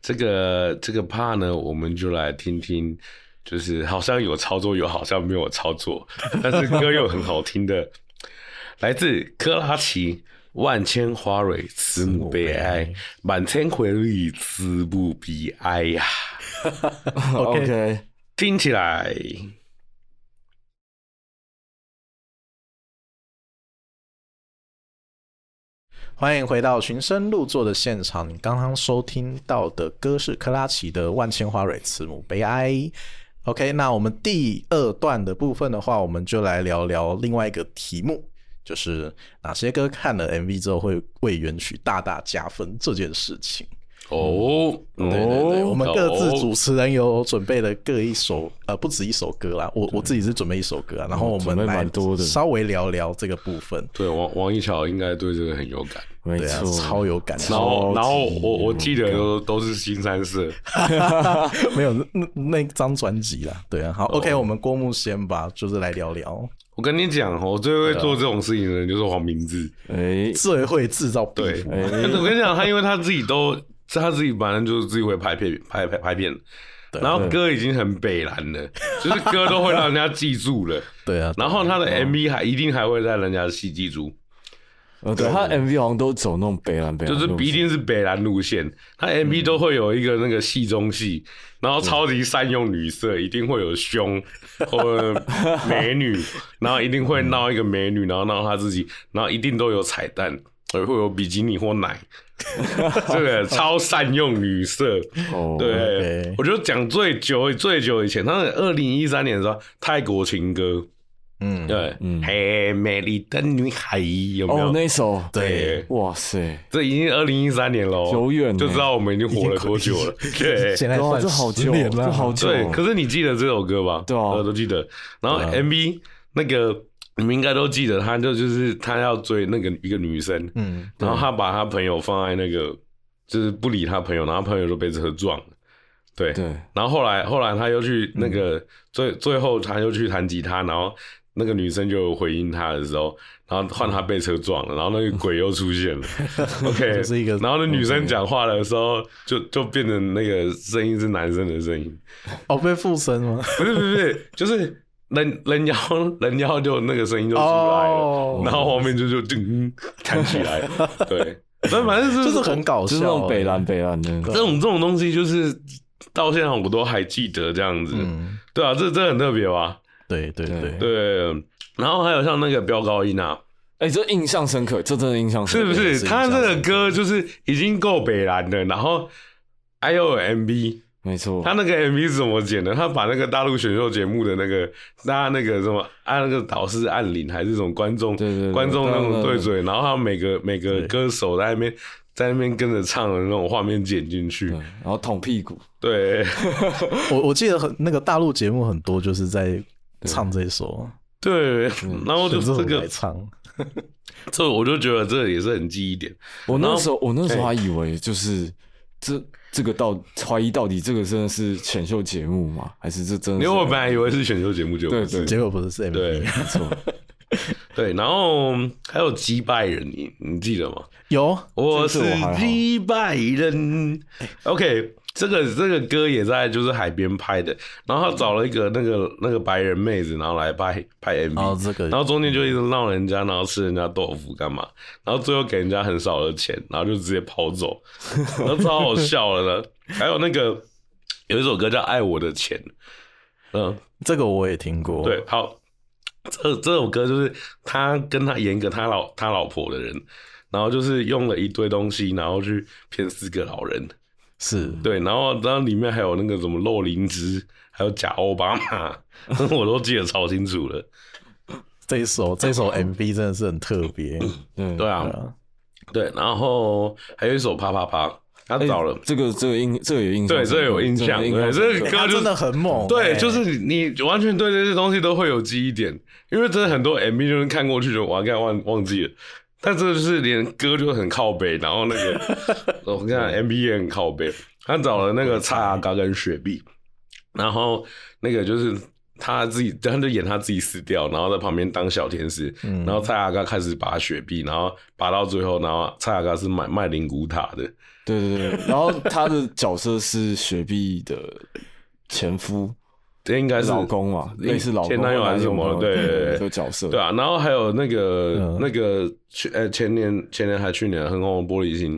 [SPEAKER 2] 这个这个 part 呢，我们就来听听，就是好像有操作，有好像没有操作，但是歌又很好听的，来自科拉奇。万千花蕊慈母悲哀，满天葵绿慈母悲哀呀、
[SPEAKER 1] OK
[SPEAKER 3] OK，
[SPEAKER 2] 听起来。
[SPEAKER 1] 欢迎回到寻声入座的现场，你刚刚收听到的歌是克拉奇的《万千花蕊慈母悲哀》。OK，那我们第二段的部分的话，我们就来聊聊另外一个题目，就是哪些歌看了 MV 之后会为原曲大大加分这件事情。
[SPEAKER 2] 哦，
[SPEAKER 1] 对对对，
[SPEAKER 2] 哦
[SPEAKER 1] 我们各自主持人有准备了各一首，呃，不止一首歌啦。我我自己是准备一首歌啊，然后我
[SPEAKER 3] 准
[SPEAKER 1] 们
[SPEAKER 3] 备
[SPEAKER 1] 来
[SPEAKER 3] 蛮多的
[SPEAKER 1] 稍微聊聊这个部分。
[SPEAKER 2] 对王王一桥应该对这个很有感。
[SPEAKER 3] 没
[SPEAKER 1] 对啊，
[SPEAKER 3] 错，
[SPEAKER 1] 超有感受
[SPEAKER 2] 然。后，
[SPEAKER 3] 超级
[SPEAKER 2] 然后我我记得都都是新三社，
[SPEAKER 1] 没有那那张专辑啦，对啊，好、o
[SPEAKER 2] 哦
[SPEAKER 1] k 我们郭牧先吧，就是来聊聊
[SPEAKER 2] 我跟你讲哦，我最会做这种事情的人就是黄明志。
[SPEAKER 3] 哎，
[SPEAKER 1] 最会制造壁
[SPEAKER 2] 对，
[SPEAKER 1] 虎，
[SPEAKER 2] 但是我跟你讲，他因为他自己都他自己本来就是自己会拍片拍拍拍片，然后歌已经很北蓝了，就是歌都会让人家记住了。
[SPEAKER 1] 对啊，
[SPEAKER 2] 然后他的 MV 还一定还会让人家细记住，
[SPEAKER 3] 呃，对，他 MV 好像都走那种嗯北蓝北蓝
[SPEAKER 2] 就
[SPEAKER 3] 路
[SPEAKER 2] 是
[SPEAKER 3] 线，
[SPEAKER 2] 一定是北蓝路线，他 MV 都会有一个那个戏中戏，然后超级善用女色，一定会有胸或 者美女，然后一定会闹一个美女，然后闹她自己，然后一定都有彩蛋，呃会有比基尼或 奶，这个超善用女色。
[SPEAKER 3] 哦，
[SPEAKER 2] 对
[SPEAKER 1] OK，
[SPEAKER 2] 我就讲最久最久以前，他是二零一三年的时候，泰国情歌，
[SPEAKER 1] 嗯，
[SPEAKER 2] 对，嘿，美丽的女孩有没有？
[SPEAKER 3] 哦，那一首，
[SPEAKER 1] 对，
[SPEAKER 3] 哇塞，
[SPEAKER 2] 这已经二零一三年喽，
[SPEAKER 3] 久远欸
[SPEAKER 2] 哦就知道我们已经活了多久 了。 对
[SPEAKER 1] 现在
[SPEAKER 3] 哇，
[SPEAKER 1] 算
[SPEAKER 3] 啊这好
[SPEAKER 1] 十
[SPEAKER 3] 久，
[SPEAKER 1] 年
[SPEAKER 3] 这
[SPEAKER 1] 了，
[SPEAKER 3] 好久，
[SPEAKER 2] 对，可是你记得这首歌吧？
[SPEAKER 3] 对啊
[SPEAKER 2] 我都记得。然后 MV 那个你们应该都记得，他就就是他要追那个一个女生，
[SPEAKER 1] 嗯，
[SPEAKER 2] 然后他把他朋友放在那个，就是不理他朋友，然后他朋友就被车撞了。对，
[SPEAKER 3] 对，
[SPEAKER 2] 然后后
[SPEAKER 1] 嗯
[SPEAKER 2] 来后来他又去那个、最最后他又去弹吉他，然后那个女生就有回应他的时候，然后换他被车撞了，然后那个鬼又出 现了，OK，
[SPEAKER 1] 就是一个
[SPEAKER 2] 然后那女生讲话的时候就就变成那个声音是男生的声音，
[SPEAKER 1] 哦，被附身吗？
[SPEAKER 2] 不是不是不是，就是人人妖人妖就那个声音就出来了，
[SPEAKER 1] 哦
[SPEAKER 2] 然后后面就就噔弹起 来，对，但反正
[SPEAKER 1] 就是很搞笑、啊欸
[SPEAKER 3] 就是那种北蓝北蓝的，
[SPEAKER 2] 这种这种东西就是到现在我都还记得这样子，
[SPEAKER 1] 嗯，
[SPEAKER 2] 对啊，这这很特别吧？
[SPEAKER 1] 对对对
[SPEAKER 3] 对
[SPEAKER 2] 对，然后还有像那个飙高音啊，
[SPEAKER 3] 哎，这印象深刻，这真的印象
[SPEAKER 2] 是
[SPEAKER 3] 深
[SPEAKER 2] 不
[SPEAKER 3] 刻，
[SPEAKER 2] 是？
[SPEAKER 1] 是
[SPEAKER 2] 他这个歌就是已经够北蓝的，然后还有 MV，
[SPEAKER 3] 没错
[SPEAKER 2] 他，那个 MV 是怎么剪的？他把那个大陆选秀节目的那个，那那个什么，按、那个导师按铃还是什么观众，
[SPEAKER 3] 对对对
[SPEAKER 2] 观众那种
[SPEAKER 3] 对对
[SPEAKER 2] 对嘴，然后他每个每个
[SPEAKER 1] 对
[SPEAKER 2] 歌手在那边在那边跟着唱的那种画面剪进去
[SPEAKER 3] 对，，然后捅屁股，
[SPEAKER 2] 对
[SPEAKER 1] 我我记得很那个大陆节目很多就是在唱这一首，
[SPEAKER 2] 对，
[SPEAKER 3] 嗯
[SPEAKER 2] 然后哦
[SPEAKER 1] 选
[SPEAKER 2] 就
[SPEAKER 1] 择
[SPEAKER 2] 这
[SPEAKER 1] 很
[SPEAKER 2] 个
[SPEAKER 1] 来唱，
[SPEAKER 2] 这我就觉得这也是很记忆点，
[SPEAKER 3] 我那
[SPEAKER 2] 后
[SPEAKER 3] 时候，我那时候还以为就是这这个到怀疑到底这个真的是选秀节目吗？还是这真的
[SPEAKER 2] 因为
[SPEAKER 3] 是？
[SPEAKER 2] 我本来以为是选秀节目，结果
[SPEAKER 3] 对
[SPEAKER 2] 不是
[SPEAKER 3] 对
[SPEAKER 1] 结果不是是 MV，
[SPEAKER 2] 对
[SPEAKER 3] 没错，
[SPEAKER 2] 对，然后还有击败人，你你记得吗？
[SPEAKER 1] 有
[SPEAKER 2] 我
[SPEAKER 3] 这
[SPEAKER 2] 是
[SPEAKER 3] 个我还好
[SPEAKER 2] 击败人。OK，这个这个歌也在就是海边拍的，然后他找了一个那个那个白人妹子，然后来拍拍 MV，、
[SPEAKER 1] 哦这个
[SPEAKER 2] 然后中间就一直闹人家，然后吃人家豆腐干嘛，然后最后给人家很少的钱，然后就直接跑走，然后超好笑了的。还有那个有一首歌叫《爱我的钱》，嗯，
[SPEAKER 1] 这个我也听过，
[SPEAKER 2] 对，好，这这首歌就是他跟他演一个他老他老婆的人，然后就是用了一堆东西，然后去骗四个老人，
[SPEAKER 1] 是
[SPEAKER 2] 对，然后然后里面还有那个什么洛林芝，还有假奥巴马， 我都记得超清楚了。
[SPEAKER 1] 这一 首这一首 MV 真的是很特别，
[SPEAKER 3] 对
[SPEAKER 2] 对
[SPEAKER 1] 对
[SPEAKER 2] 啊，
[SPEAKER 1] 啊
[SPEAKER 2] 对，然后还有一首啪啪啪，他
[SPEAKER 3] 哎
[SPEAKER 2] 找了，
[SPEAKER 3] 这个这个印这个有印象深刻，
[SPEAKER 2] 对，这有印象，
[SPEAKER 3] 真
[SPEAKER 2] 对，
[SPEAKER 3] 的印象深
[SPEAKER 2] 这
[SPEAKER 3] 刻
[SPEAKER 2] 个歌
[SPEAKER 1] 他
[SPEAKER 2] 就
[SPEAKER 1] 真的很猛，
[SPEAKER 2] 对，
[SPEAKER 1] 哎
[SPEAKER 2] 就是你你完全对这些东西都会有记忆点，因为真的很多 MV 就是看过去就哇，干忘忘记了。但这就是连歌就很靠北，然后那 个我跟你讲 MV 也很靠北。他找了那个蔡阿嘎跟雪碧，然后那个就是他自己，他就演他自己死掉，然后在旁边当小天使。
[SPEAKER 3] 嗯
[SPEAKER 2] 然后蔡阿嘎开始拔雪碧，然后拔到最后，然后蔡阿嘎是买卖灵骨塔的，
[SPEAKER 3] 对对对，对然后他的角色是雪碧的 前夫，
[SPEAKER 2] 这应该是
[SPEAKER 3] 老公嘛，类似老公
[SPEAKER 2] 前男友还是什么？
[SPEAKER 3] 或男
[SPEAKER 2] 对
[SPEAKER 3] 友朋友
[SPEAKER 2] 对对
[SPEAKER 3] 的角色，
[SPEAKER 2] 对啊，然后还有那个、
[SPEAKER 1] 嗯
[SPEAKER 2] 那个去呃前年前年还去年很红的玻璃心，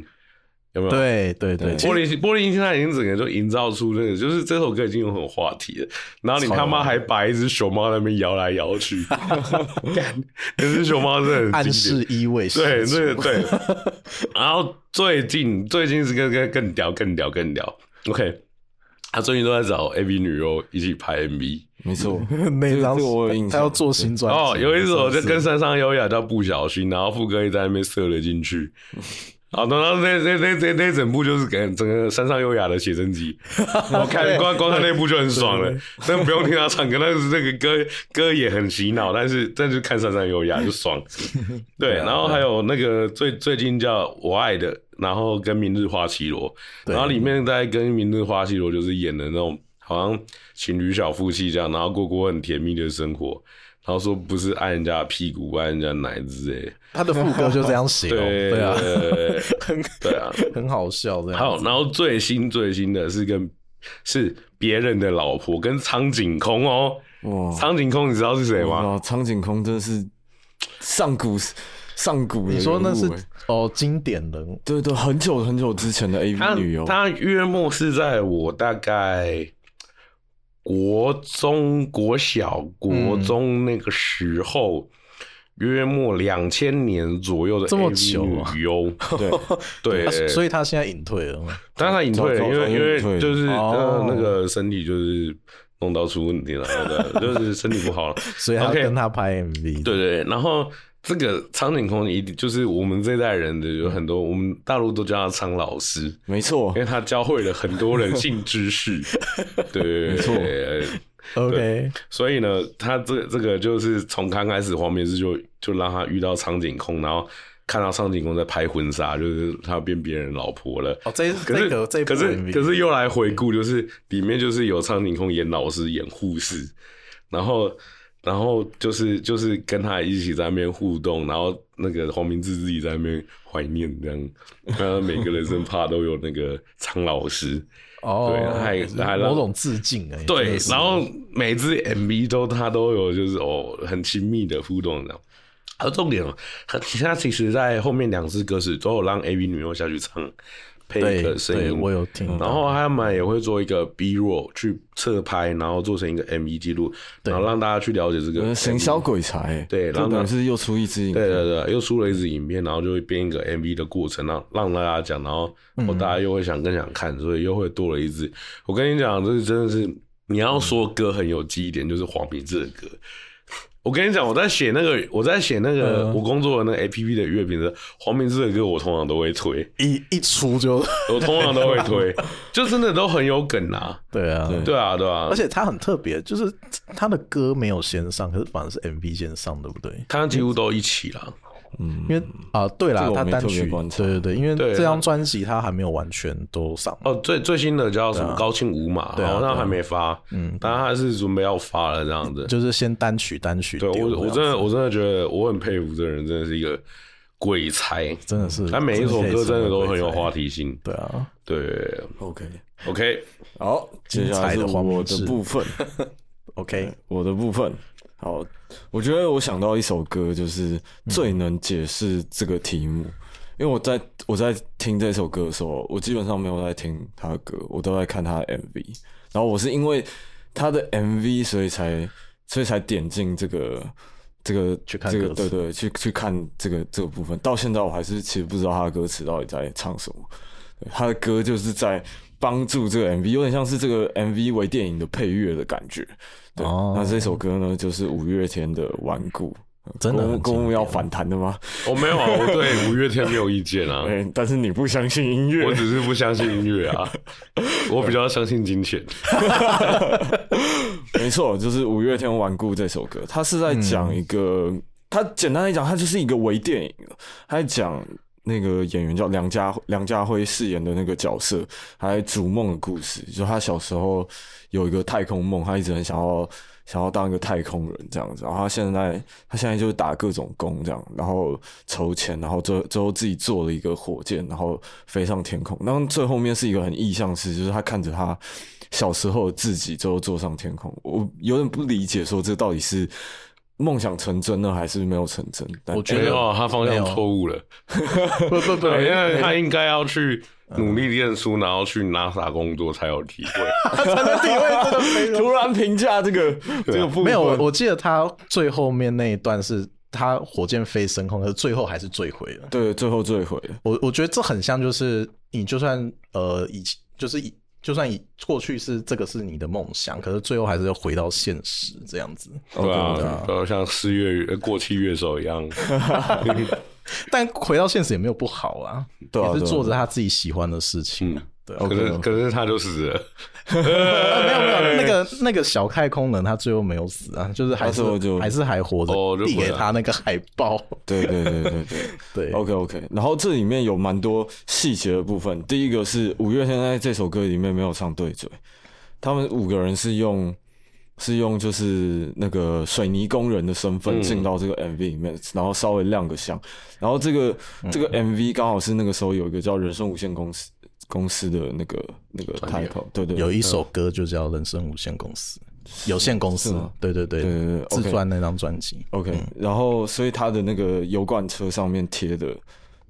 [SPEAKER 2] 有没有？，
[SPEAKER 1] 对对对，
[SPEAKER 3] 对
[SPEAKER 1] 其
[SPEAKER 2] 玻
[SPEAKER 1] 实
[SPEAKER 2] 璃心玻璃心现在已经整个就营造出那个，就是这首歌已经有很有话题了。然后你
[SPEAKER 1] 超有
[SPEAKER 2] 他妈还把一只熊猫在那边摇来 摇去，干那只熊猫是很
[SPEAKER 1] 暗
[SPEAKER 2] 经典
[SPEAKER 1] 示。意味十
[SPEAKER 2] 对
[SPEAKER 1] 足，
[SPEAKER 2] 对对，然后最近最近是更更更屌更屌更屌，OK，他最近都在找 AV 女优一起拍 MV，
[SPEAKER 3] 没错
[SPEAKER 1] 那张
[SPEAKER 3] 这个我有印象
[SPEAKER 1] 他要做新专
[SPEAKER 2] 哦，
[SPEAKER 1] 辑
[SPEAKER 2] 有一首就跟山上优雅叫不小心，然后副歌也在那边射了进去。 好，然后那那那那那整部就是给整个山上优雅的写 真集，我看光光看那部就很爽了，真的不用听他唱歌，但是这个歌歌也很洗脑，但是但是看山上优雅就 爽。对，
[SPEAKER 1] 啊
[SPEAKER 2] 然后还有那个最最近叫我爱的，然后跟明日花绮罗，
[SPEAKER 1] 对
[SPEAKER 2] 然后里面在跟明日花绮罗就是演的那种好像情侣小夫妻这样，然后过过很甜蜜的生活，然后说不是按人家的屁股，按人家奶之类的，
[SPEAKER 1] 他的副歌就这样写哦，
[SPEAKER 2] 对
[SPEAKER 1] 对啊，
[SPEAKER 2] 对对啊，
[SPEAKER 1] 很好笑这样。
[SPEAKER 2] 好，然后最新最新的是跟是别人的老婆跟苍井空哦，
[SPEAKER 3] 哇，
[SPEAKER 2] 苍井空你知道是谁吗？
[SPEAKER 3] 哇，苍井空真的是上古上古的人物欸，
[SPEAKER 1] 你说那是哦经典人物，
[SPEAKER 3] 对对，很久很久之前的 AV
[SPEAKER 2] 他
[SPEAKER 3] 女优，
[SPEAKER 2] 他约莫是在我大概国中、国小、国中那个时候，约莫两千年左右的
[SPEAKER 1] 嗯这么
[SPEAKER 2] AV
[SPEAKER 1] 久啊
[SPEAKER 2] 女 优，
[SPEAKER 3] 对，
[SPEAKER 2] 对
[SPEAKER 1] 啊，所以他现在隐退了嘛？
[SPEAKER 2] 但是他隐退了，
[SPEAKER 3] 早
[SPEAKER 2] 因
[SPEAKER 3] 早
[SPEAKER 2] 为因
[SPEAKER 3] 隐退
[SPEAKER 2] 为
[SPEAKER 3] 了
[SPEAKER 2] 就是
[SPEAKER 1] 哦
[SPEAKER 2] 呃那个身体就是弄到出问题了，对， 就是身体不好了，
[SPEAKER 1] 所以他
[SPEAKER 2] OK
[SPEAKER 1] 跟他拍 MV，
[SPEAKER 2] 对对，对然后这个苍井空一定就是我们这代人的有很多，我们大陆都叫他苍老师，
[SPEAKER 3] 没错
[SPEAKER 2] 因，为他教会了很多人性知识。 对，没
[SPEAKER 3] 错
[SPEAKER 1] ，OK，
[SPEAKER 2] 所以呢，他这这个就是从刚开始黄梅志就就让他遇到苍井空，然后看到苍井空在拍婚纱，就是他变别人老婆了。
[SPEAKER 1] 哦，这
[SPEAKER 2] 可
[SPEAKER 1] 这
[SPEAKER 2] 是
[SPEAKER 1] 个这一部
[SPEAKER 2] 可是
[SPEAKER 1] MV
[SPEAKER 2] 可是又来回顾，就是里面就是有苍井空演老师演护士，然后然后就是就是跟他一起在那边互动，然后那个黄明志自己在那边怀念这样，然后每个人生怕都有那个苍老师，
[SPEAKER 1] 哦，
[SPEAKER 2] 对还还让
[SPEAKER 1] 某种致敬哎，真
[SPEAKER 2] 对
[SPEAKER 1] 的，是
[SPEAKER 2] 然后每支 MV 都他都有就是哦很亲密的互动这样。而重点哦，他他其实在后面两支歌词都有让 AV 女优下去唱，配一
[SPEAKER 1] 对
[SPEAKER 2] 个声
[SPEAKER 1] 对，
[SPEAKER 2] 音，
[SPEAKER 1] 我有听到，
[SPEAKER 2] 然后他们也会做一个 B roll 去侧拍，然后做成一个 MV 记录，
[SPEAKER 1] 对
[SPEAKER 2] 然后让大家去了解这
[SPEAKER 3] 呃
[SPEAKER 2] 个 MV
[SPEAKER 3] 神销鬼才、
[SPEAKER 2] 对然
[SPEAKER 3] 就
[SPEAKER 2] 后
[SPEAKER 3] 等于
[SPEAKER 2] 呢
[SPEAKER 3] 是又出一支影
[SPEAKER 2] 对
[SPEAKER 3] 片，
[SPEAKER 2] 对对，又出了一支影片，然后就会编一个 MV 的过程，让让大家讲，然后
[SPEAKER 1] 嗯
[SPEAKER 2] 我大家又会想更想看，所以又会多了一支。我跟你讲，这真的是你要说歌很有记忆点，就是黄明志的歌。我跟你讲，我在写那个，我在写那个、
[SPEAKER 1] 嗯
[SPEAKER 2] 我工作的那个 A P P 的乐评的时候黄明志的歌，我通常都会推，
[SPEAKER 1] 一一出就
[SPEAKER 2] 我通常都会推，就真的都很有梗啊。
[SPEAKER 1] 对啊，
[SPEAKER 3] 对
[SPEAKER 2] 对啊，对啊，
[SPEAKER 1] 而且他很特别，就是他的歌没有先上，可是反而是 MV 先上，对不对？
[SPEAKER 2] 他几乎都一起啦。
[SPEAKER 1] 因为啊、对
[SPEAKER 3] 嗯这
[SPEAKER 1] 啦
[SPEAKER 3] 个，我
[SPEAKER 1] 他
[SPEAKER 3] 没
[SPEAKER 1] 单
[SPEAKER 3] 特别
[SPEAKER 1] 曲
[SPEAKER 3] 观
[SPEAKER 1] 对
[SPEAKER 3] 察
[SPEAKER 1] 对对，因为
[SPEAKER 2] 对啊
[SPEAKER 1] 这张专辑他还没有完全都上，
[SPEAKER 2] 哦，最最新的叫什么高清无码，
[SPEAKER 1] 对啊
[SPEAKER 2] 好像还没发，嗯，但他是准备要发了这样子。
[SPEAKER 1] 就是先单曲单曲
[SPEAKER 2] 对
[SPEAKER 1] 丢这样子。
[SPEAKER 2] 我，我真的我真的觉得我很佩服这个人，真的是一个鬼才。
[SPEAKER 1] 真的是，
[SPEAKER 2] 他嗯每一首歌真的都很有
[SPEAKER 1] 花
[SPEAKER 2] 话。题性。
[SPEAKER 1] 对啊，
[SPEAKER 2] 对
[SPEAKER 3] OK，
[SPEAKER 2] ，OK，
[SPEAKER 3] 好，接下来
[SPEAKER 1] 精彩
[SPEAKER 3] 是
[SPEAKER 1] 的黄
[SPEAKER 3] 我
[SPEAKER 1] 明
[SPEAKER 3] 的
[SPEAKER 1] 志
[SPEAKER 3] 部分。
[SPEAKER 1] OK，
[SPEAKER 3] 我的部分，好，我觉得我想到一首歌，就是最能解释这个题目，因为我在我在听这首歌的时候，我基本上没有在听他的歌，我都在看他的 MV，然后我是因为他的 MV，所以才所以才点进这个。这个
[SPEAKER 1] 去看
[SPEAKER 3] 这个
[SPEAKER 1] 歌
[SPEAKER 3] 对
[SPEAKER 1] 词
[SPEAKER 3] 对，去去看这个这个部分，到现在我还是其实不知道他的歌词到底在唱什么。对他的歌就是在帮助这个 MV，有点像是这个 MV 为电影的配乐的感觉。对，
[SPEAKER 1] 哦
[SPEAKER 3] 那这首歌呢，就是五月天的《顽固》。
[SPEAKER 1] 真的
[SPEAKER 3] 公
[SPEAKER 1] 很经
[SPEAKER 3] 公务
[SPEAKER 1] 典
[SPEAKER 3] 要反弹的吗？
[SPEAKER 2] 我没有啊，我对五月天没有意见
[SPEAKER 1] 嗯
[SPEAKER 2] 啊，
[SPEAKER 3] 哎、但是你不相信音乐，
[SPEAKER 2] 我只是不相信音乐啊， 我比较相信金钱。
[SPEAKER 3] 没错，就是五月天《顽固》这首歌，它是在
[SPEAKER 1] 嗯
[SPEAKER 3] 讲一个，它简单来讲，它就是一个微电影，它在讲那个演员叫梁家梁家辉饰演的那个角色，他在逐梦的故事，就他小时候有一个太空梦，他一直很想要想要当一个太空人这样子，然后他现在他现在就是打各种工这样，然后筹钱，然后最最后自己做了一个火箭，然后飞上天空。然后最后面是一个很意象式，就是他看着他小时候的自己最后坐上天空，我有点不理解，说这到底是梦想成真呢，还是没有成真？但
[SPEAKER 1] 我觉
[SPEAKER 2] 没
[SPEAKER 1] 得
[SPEAKER 2] 有啊，他方
[SPEAKER 1] 哎没有
[SPEAKER 2] 向
[SPEAKER 1] 哎
[SPEAKER 2] 错误了。
[SPEAKER 1] 不不不，
[SPEAKER 2] 对，因 为他应该要去
[SPEAKER 1] 嗯
[SPEAKER 2] 努力念书，然后去 NASA 工作才有体会。
[SPEAKER 3] 突然评价这个这个部分
[SPEAKER 1] 没有，我我记得他最后面那一段是他火箭飞升空，可是最后还是坠毁了。
[SPEAKER 3] 对最后坠毁了。
[SPEAKER 1] 我我觉得这很像，就是你就算呃以前就是以就算以过去是这个是你的梦想，可是最后还是要回到现实这样子。
[SPEAKER 2] 对啊，就像四月呃过气乐手 一样，
[SPEAKER 1] 但回到现实也没有不好啊，
[SPEAKER 3] 对啊
[SPEAKER 1] 也
[SPEAKER 3] 对
[SPEAKER 1] 是
[SPEAKER 3] 啊
[SPEAKER 1] 做着他自己喜欢的事情。
[SPEAKER 2] 嗯
[SPEAKER 1] 对啊，
[SPEAKER 2] 可是可是他就死了。
[SPEAKER 1] 呃没有没有，那个那个小太空人他最后没有死啊，就是还
[SPEAKER 3] 他最后
[SPEAKER 1] 是
[SPEAKER 3] 就
[SPEAKER 1] 还是还活着，
[SPEAKER 2] 哦就
[SPEAKER 1] 递
[SPEAKER 2] 回
[SPEAKER 1] 给
[SPEAKER 2] 来
[SPEAKER 1] 他那个海报。
[SPEAKER 3] 对对对对
[SPEAKER 1] 对
[SPEAKER 3] 对。OK OK，然后这里面有蛮多细节的部分。第一个是五月天在这首歌里面没有唱对嘴，他们五个人是用是用就是那个水泥工人的身份进
[SPEAKER 1] 嗯
[SPEAKER 3] 到这个 MV 里面，然后稍微亮个相。然后这个
[SPEAKER 1] 嗯
[SPEAKER 3] 这个 MV 刚好是那个时候有一个叫人生无限公司公司的那个那个 title，对对对
[SPEAKER 1] 有一首歌就叫《人生无限公司》，有限公司
[SPEAKER 3] 嗯是吗，
[SPEAKER 1] 对对
[SPEAKER 3] 对对对
[SPEAKER 1] 对，自
[SPEAKER 3] OK
[SPEAKER 1] 传那张专辑，
[SPEAKER 3] OK，、然
[SPEAKER 2] 嗯
[SPEAKER 3] 后所以他的那个油罐车上面贴的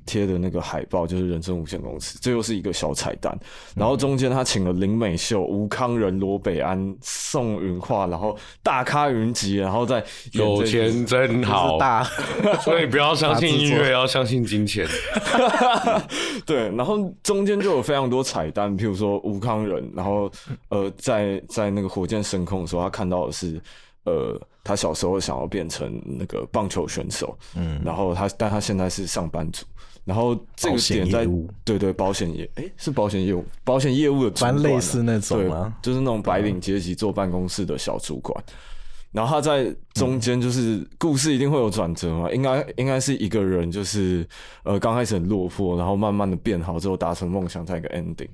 [SPEAKER 3] 贴的那个海报就是人生无限公司，这又是一个小彩蛋。
[SPEAKER 2] 嗯
[SPEAKER 3] 然后中间他请了林美秀、吴康仁、罗北安、宋云桦，然后大咖云集，然后再演
[SPEAKER 2] 有
[SPEAKER 3] 这一部
[SPEAKER 2] 钱真
[SPEAKER 1] 就是
[SPEAKER 2] 好，
[SPEAKER 1] 大
[SPEAKER 2] 所以不要相信音
[SPEAKER 1] 大制
[SPEAKER 2] 乐，要相信金钱。
[SPEAKER 3] 对，然后中间就有非常多彩蛋，譬如说吴康仁，然后
[SPEAKER 1] 嗯
[SPEAKER 3] 呃，在在那个火箭升空的时候，他看到的是呃，他小时候想要变成那个棒球选手，嗯，然后他但他现在是上班族，然后这个
[SPEAKER 1] 保险
[SPEAKER 3] 点在
[SPEAKER 1] 业务
[SPEAKER 3] 对对保险业，诶，是保险业务，保险业务的主
[SPEAKER 1] 蛮
[SPEAKER 3] 管
[SPEAKER 1] 类
[SPEAKER 3] 啊
[SPEAKER 1] 似那种
[SPEAKER 3] 对
[SPEAKER 1] 啊，
[SPEAKER 3] 就是那种白领阶级坐办公室的小主管。然后他在中间就是故事一定会有转折嘛，应该应该是一个人就是呃刚开始很落魄，然后慢慢的变好之后达成梦想，再一个 ending。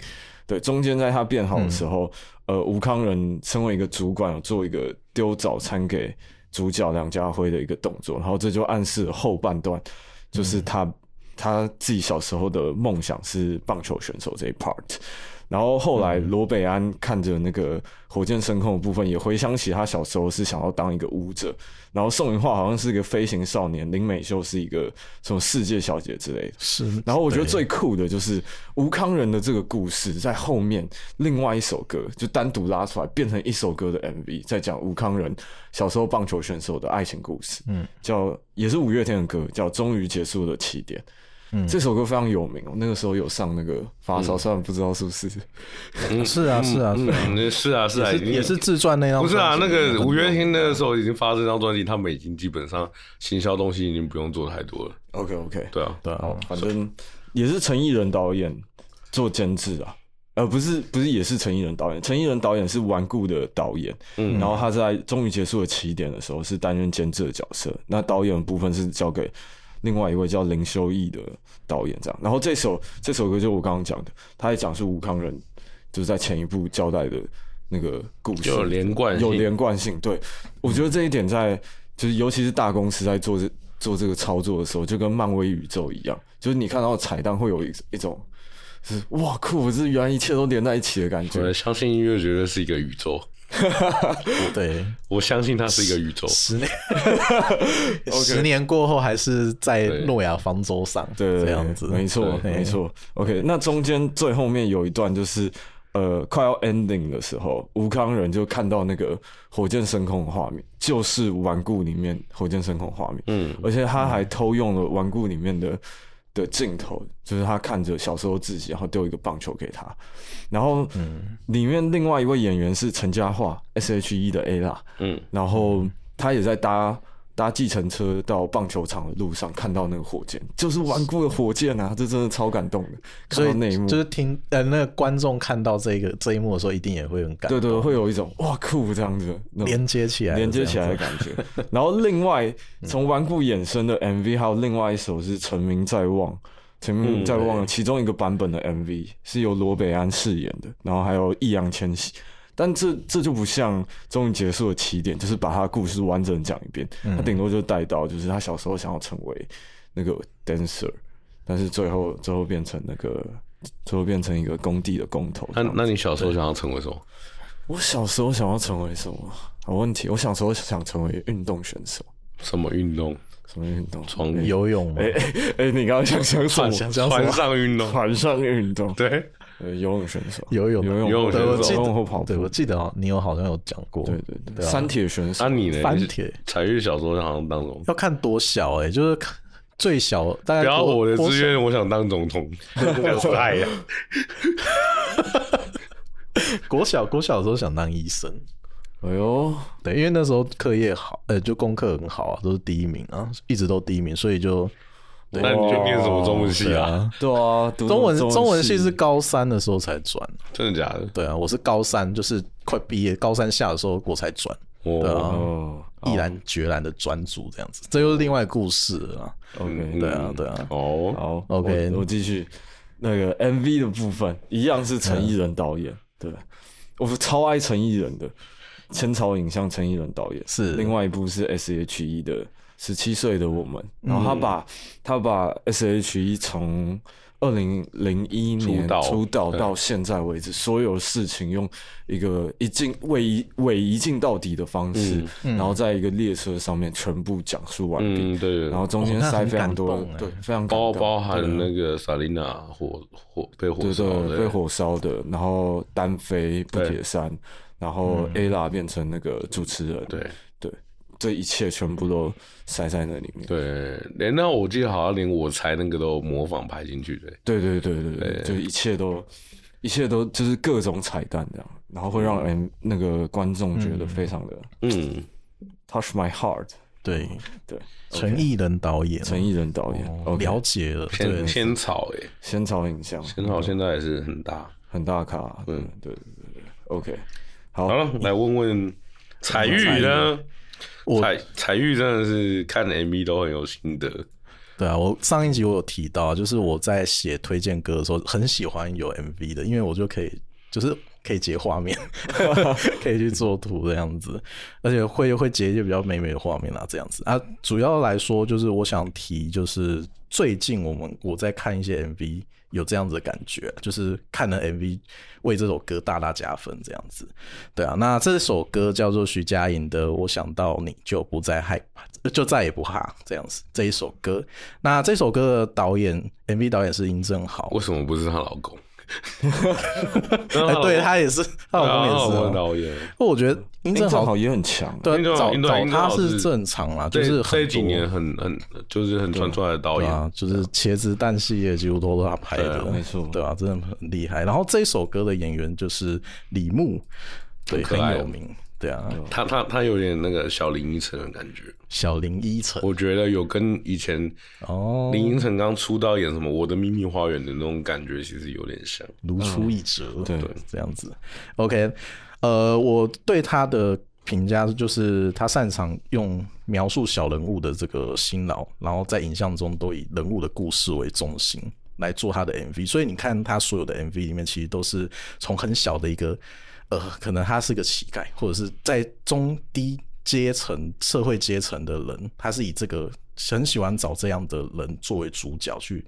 [SPEAKER 3] 对，中间在他变好的时候，
[SPEAKER 1] 嗯
[SPEAKER 3] 呃，吴康仁身为一个主管，有做一个丢早餐给主角梁家辉的一个动作，然后这就暗示了后半段，
[SPEAKER 1] 嗯
[SPEAKER 3] 就是他、他自己小时候的梦想是棒球选手这一 part。然后后来
[SPEAKER 1] 嗯
[SPEAKER 3] 罗北安看着那个火箭升空的部分，也回想起他小时候是想要当一个舞者，然后宋云画好像是一个飞行少年，林美秀是一个什么世界小姐之类的。
[SPEAKER 1] 是。
[SPEAKER 3] 然后我觉得最酷的就是吴康仁的这个故事，在后面另外一首歌就单独拉出来，变成一首歌的 MV，在讲吴康仁小时候棒球选手的爱情故事。
[SPEAKER 1] 嗯，
[SPEAKER 3] 叫也是五月天的歌，叫《终于结束的起点》。
[SPEAKER 1] 嗯
[SPEAKER 3] 这首歌非常有名，我那个时候有上那个发烧，虽然不知道是不是。
[SPEAKER 2] 嗯
[SPEAKER 1] 是啊是啊是啊
[SPEAKER 2] 嗯是啊是啊，
[SPEAKER 1] 也
[SPEAKER 2] 已
[SPEAKER 1] 是
[SPEAKER 2] 经
[SPEAKER 1] 也是自传那张专辑，
[SPEAKER 2] 不是啊？那个五月天
[SPEAKER 1] 的
[SPEAKER 2] 那个时候已经发这张专辑，他们已经基本上行销东西已经不用做太多了。
[SPEAKER 3] OK OK，
[SPEAKER 2] 对啊，
[SPEAKER 1] 对啊，
[SPEAKER 3] 反正也是陈艺人导演做监制啊，呃，不是不是，也是陈艺人导演。陈艺人导演是顽固的导演，
[SPEAKER 2] 嗯
[SPEAKER 3] 然后他在终于结束的起点的时候是担任监制的角色，那导演的部分是交给另外一位叫林修义的导演这样。然后这首这首歌就我刚刚讲的，他也讲述吴康仁就是在前一部交代的那个故事，
[SPEAKER 2] 就有连贯性
[SPEAKER 3] 有连贯性。对，我觉得这一点在就是尤其是大公司在做这做这个操作的时候，就跟漫威宇宙一样，就是你看到彩蛋会有一一种。就是哇酷！这原来一切都连在一起的感觉
[SPEAKER 2] 我，相信音乐绝对是一个宇宙，
[SPEAKER 1] 对
[SPEAKER 2] 我相信它是一个宇宙。
[SPEAKER 1] 十 年十年过后还是在诺亚方舟上，
[SPEAKER 3] 对，
[SPEAKER 1] 这样子，
[SPEAKER 3] 没错，
[SPEAKER 1] 对
[SPEAKER 3] 没。错。OK，那中间最后面有一段就是，呃，快要 ending 的时候，吴康仁就看到那个火箭升空的画面，就是《顽固》里面火箭升空的画面，
[SPEAKER 2] 嗯，
[SPEAKER 3] 而且他还偷用了《顽固》里面的的镜头，就是他看着小时候自己，然后丢一个棒球给他，然后
[SPEAKER 1] 嗯
[SPEAKER 3] 里面另外一位演员是陈嘉桦，S.H.E 的 A 啦，
[SPEAKER 2] 嗯，
[SPEAKER 3] 然后他也在搭搭计程车到棒球场的路上看到那个火箭，就是顽固的火箭啊，这真的超感动的。看
[SPEAKER 1] 所
[SPEAKER 3] 到
[SPEAKER 1] 以
[SPEAKER 3] 那一幕，
[SPEAKER 1] 就是听呃，那个观众看到这个这一幕的时候，一定也会很感
[SPEAKER 3] 对对，会有一种哇酷这样子那种
[SPEAKER 1] 连接起来，
[SPEAKER 3] 连接起来的
[SPEAKER 1] 这样嗯
[SPEAKER 3] 感觉。 然后另外从顽固衍生的 MV，还有另外一首是《成名在望》，《成名在
[SPEAKER 1] 嗯
[SPEAKER 3] 望》的其中一个版本的 MV 是由罗北安饰演的，然后还有易烊千玺。但这这就不像终于结束的起点，就是把他的故事完整地讲一遍。
[SPEAKER 1] 嗯
[SPEAKER 3] 他顶多就带到，就是他小时候想要成为那个 dancer，但是最后最后变成那个最后变成一个工地的工头
[SPEAKER 2] 那
[SPEAKER 3] 这样子。
[SPEAKER 2] 那你小时候想要成为什么？
[SPEAKER 3] 我小时候想要成为什么？好问题。我小时候想成为运动选手，
[SPEAKER 2] 什么运动？
[SPEAKER 3] 什么运动？
[SPEAKER 2] 从
[SPEAKER 1] 子游泳嘛，
[SPEAKER 3] 哎、你刚刚想想什么？
[SPEAKER 1] 想讲什
[SPEAKER 2] 船
[SPEAKER 1] 么？
[SPEAKER 2] 上运动？
[SPEAKER 3] 船上运动，
[SPEAKER 2] 对，
[SPEAKER 3] 呃，游泳选手，
[SPEAKER 1] 游泳，
[SPEAKER 3] 游泳，
[SPEAKER 2] 游泳选手
[SPEAKER 1] 对我
[SPEAKER 3] 游
[SPEAKER 1] 记得
[SPEAKER 3] 泳或跑步，
[SPEAKER 1] 对我记得哦，你有好像有讲过，
[SPEAKER 3] 对对对，
[SPEAKER 1] 对啊
[SPEAKER 3] 三铁选手
[SPEAKER 2] 那，你呢？
[SPEAKER 1] 翻
[SPEAKER 2] 你是
[SPEAKER 1] 铁
[SPEAKER 2] 彩玉小时候想当什么？
[SPEAKER 1] 要看多小哎、就是看最小大概
[SPEAKER 2] 不要
[SPEAKER 1] 多
[SPEAKER 2] 我的
[SPEAKER 1] 多
[SPEAKER 2] 志
[SPEAKER 1] 小
[SPEAKER 2] 愿，我想当总统。 我想哎呀，
[SPEAKER 1] 国小国小的时候想当医生，
[SPEAKER 3] 哎呦，
[SPEAKER 1] 对，因为那时候课业好，呃，就功课很好啊，都是第一名啊，一直都第一名，所以就
[SPEAKER 2] 那你就念什么中文系
[SPEAKER 1] 对
[SPEAKER 2] 啊？
[SPEAKER 1] 啊。
[SPEAKER 3] 对啊，读
[SPEAKER 1] 中文中文系
[SPEAKER 3] 系
[SPEAKER 1] 是高三的时候才转，
[SPEAKER 2] 真的假的？
[SPEAKER 1] 对啊，我是高三，就是快毕业，高三下的时候我才转，对
[SPEAKER 2] 哦，
[SPEAKER 1] 啊，
[SPEAKER 3] 哦
[SPEAKER 1] 毅然决然的专注这样子，这又是另外一个故事了啊。
[SPEAKER 2] 嗯
[SPEAKER 3] ，OK，
[SPEAKER 1] 对啊，对啊，
[SPEAKER 2] 哦，
[SPEAKER 3] 好
[SPEAKER 1] OK
[SPEAKER 3] 我我继续那个 MV 的部分，一样是陈艺人导演，对我超爱陈艺人的。千草影像陈艺人导演
[SPEAKER 1] 是
[SPEAKER 3] 另外一部是 S.H.E 的《十七岁的我们》，然后他把、他把 S.H.E 从二零零一年
[SPEAKER 2] 出道
[SPEAKER 3] 出道到现在为止，所有事情用一个一镜为一为一镜到底的方式，然后在一个列车上面全部讲述完毕，
[SPEAKER 2] 嗯，对，
[SPEAKER 3] 然后中间
[SPEAKER 1] 哦那
[SPEAKER 3] 塞
[SPEAKER 1] 很
[SPEAKER 3] 非常多
[SPEAKER 1] 感动
[SPEAKER 3] 的，
[SPEAKER 1] 欸
[SPEAKER 3] 对，非常感
[SPEAKER 2] 包
[SPEAKER 3] 动
[SPEAKER 2] 包含那个萨琳娜火火啊被火
[SPEAKER 3] 对
[SPEAKER 2] 烧
[SPEAKER 3] 对
[SPEAKER 2] 的，
[SPEAKER 3] 被火烧的，然后单飞不
[SPEAKER 2] 对嗯
[SPEAKER 3] 铁山，然后 Ella 变成那个主持人，
[SPEAKER 2] 对
[SPEAKER 3] 对，这一切全部都塞在那里面。
[SPEAKER 2] 对，连那我记得好像连我猜那个都模仿拍进去的，欸
[SPEAKER 3] 对对对对对，就一切都一切都就是各种彩蛋这样，然后会让人那个观众觉得非常的
[SPEAKER 2] 嗯，
[SPEAKER 3] touch my heart。
[SPEAKER 1] 对，
[SPEAKER 3] 哦对，
[SPEAKER 1] 陈艺人导演，啊
[SPEAKER 3] 陈艺人导演
[SPEAKER 1] 哦
[SPEAKER 3] ，OK，
[SPEAKER 1] 了解了，对
[SPEAKER 2] 仙，仙草哎，
[SPEAKER 3] 仙草影像
[SPEAKER 2] 仙草现在也是很大。
[SPEAKER 3] 很大咖，嗯，对对对对，OK，好
[SPEAKER 2] 好，了，来问问彩玉呢？彩彩玉真的是看 MV 都很有心得，
[SPEAKER 1] 对啊，我上一集我有提到，就是我在写推荐歌的时候，很喜欢有 MV 的，因为我就可以就是可以截画面，可以去做图这样子，而且会会截一些比较美美的画面啊，这样子啊。主要来说，就是我想提，就是最近我们我在看一些 MV，有这样子的感觉，就是看了 MV 为这首歌大大加分这样子。对啊，那这首歌叫做徐佳莹的《我想到你就不再害怕》，就再也不怕这样子。这一首歌，那这首歌的导演 MV 导演是殷正豪，
[SPEAKER 2] 为什么不是她老 公？
[SPEAKER 1] 哎，
[SPEAKER 2] 啊
[SPEAKER 1] 对他也是，他老公也是啊。
[SPEAKER 2] 导演，
[SPEAKER 1] 不过我觉得殷正
[SPEAKER 3] 正
[SPEAKER 1] 豪
[SPEAKER 3] 好也很强，啊
[SPEAKER 1] 对
[SPEAKER 2] 殷正豪
[SPEAKER 1] 找
[SPEAKER 2] 殷正
[SPEAKER 1] 找
[SPEAKER 2] 豪
[SPEAKER 1] 他
[SPEAKER 2] 殷正豪
[SPEAKER 1] 是
[SPEAKER 2] 是
[SPEAKER 1] 正常啦，啊就
[SPEAKER 2] 这
[SPEAKER 1] 是很
[SPEAKER 2] 这几
[SPEAKER 1] 多
[SPEAKER 2] 年很很就是很传出来的导
[SPEAKER 1] 对
[SPEAKER 2] 演，
[SPEAKER 1] 啊，就是茄子蛋系列几乎都是他拍的，
[SPEAKER 3] 没错
[SPEAKER 1] 对啊，真的很厉害。然后这首歌的演员就是李牧，对，
[SPEAKER 2] 可
[SPEAKER 1] 很
[SPEAKER 2] 爱哦
[SPEAKER 1] 有名，对啊，
[SPEAKER 2] 他他他有点那个小林依晨的感觉，
[SPEAKER 1] 小林依晨
[SPEAKER 2] 我觉得有跟以前
[SPEAKER 1] 哦，
[SPEAKER 2] 林依晨刚出道演什么《我的秘密花园》的那种感觉，其实有点像。
[SPEAKER 1] 如出一辙，
[SPEAKER 3] 对
[SPEAKER 1] 这样子。OK，呃，我对他的评价就是他擅长用描述小人物的这个辛劳，然后在影像中都以人物的故事为中心来做他的 MV，所以你看他所有的 MV 里面，其实都是从很小的一个，呃，可能他是个乞丐，或者是在中低阶层、社会阶层的人，他是以这个很喜欢找这样的人作为主角去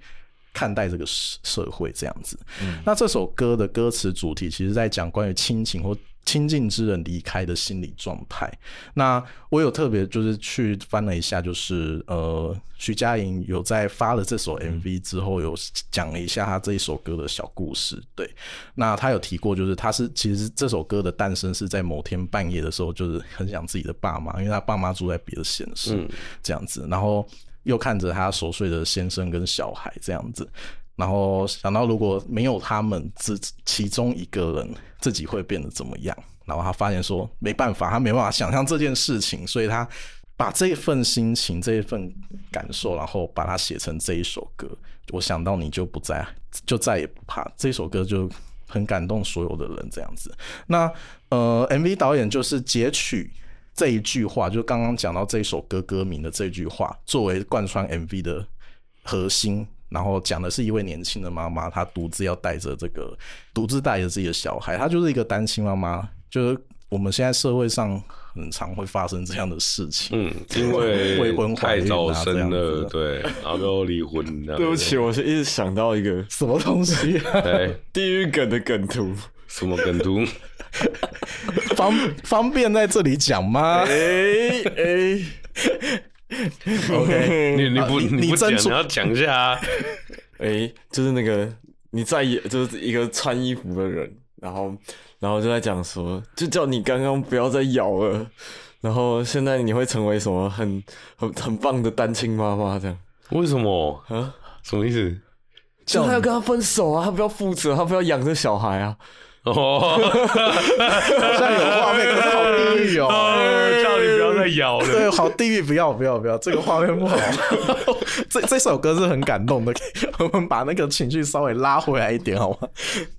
[SPEAKER 1] 看待这个社社会这样子。那这首歌的歌词主题，其实在讲关于亲情或亲近之人离开的心理状态。那我有特别就是去翻了一下，就是呃，徐佳莹有在发了这首 MV 之后，有讲了一下她这一首歌的小故事。对，那她有提过，就是她是其实这首歌的诞生是在某天半夜的时候，就是很想自己的爸妈，因为她爸妈住在别的县市，这样子，然后又看着她熟睡的先生跟小孩这样子。然后想到如果没有他们自其中一个人，自己会变得怎么样？然后他发现说没办法，他没办法想象这件事情，所以他把这份心情、这一份感受，然后把它写成这一首歌。我想到你就不再，就再也不怕。这首歌就很感动所有的人，这样子。那呃，MV 导演就是截取这一句话，就刚刚讲到这首歌歌名的这句话，作为贯穿 MV 的核心。然后讲的是一位年轻的妈妈，她独自要带着这个，独自带着自己的小孩，她就是一个单亲妈妈。就是我们现在社会上很常会发生这样的事情，
[SPEAKER 2] 嗯，因 为
[SPEAKER 1] 未婚怀
[SPEAKER 2] 太
[SPEAKER 1] 孕啊
[SPEAKER 2] 早
[SPEAKER 1] 这样
[SPEAKER 2] 生
[SPEAKER 1] 子
[SPEAKER 2] 了，
[SPEAKER 1] 的
[SPEAKER 2] 对，然后又离婚了。
[SPEAKER 3] 对不起，我是一直想到一个
[SPEAKER 1] 什么东西、啊？
[SPEAKER 2] 哎，
[SPEAKER 3] 地狱梗的梗图，
[SPEAKER 2] 什么梗图？
[SPEAKER 1] 方方便在这里讲吗？
[SPEAKER 3] 哎 哎
[SPEAKER 1] OK
[SPEAKER 2] 你你
[SPEAKER 1] 啊
[SPEAKER 2] 不
[SPEAKER 1] 你你
[SPEAKER 2] 不讲，
[SPEAKER 1] 斟酌
[SPEAKER 2] 你要讲一下啊。
[SPEAKER 3] 哎，就是那个你在演，就是一个穿衣服的人，然后然后就在讲说，就叫你刚刚不要再咬了，然后现在你会成为什么很很很棒的单亲妈妈这样
[SPEAKER 2] 为什么？
[SPEAKER 3] 啊？
[SPEAKER 2] 什么意思？
[SPEAKER 3] 就他要跟他分手啊，他不要负责，他不要养这小孩啊。
[SPEAKER 2] 哦，
[SPEAKER 1] 好像有画面，可是好地狱哦。
[SPEAKER 2] 叫你不要再咬了。
[SPEAKER 1] 对，好地狱，不要不要不要，这个画面不好。这这首歌是很感动的，我们把那个情绪稍微拉回来一点好吗？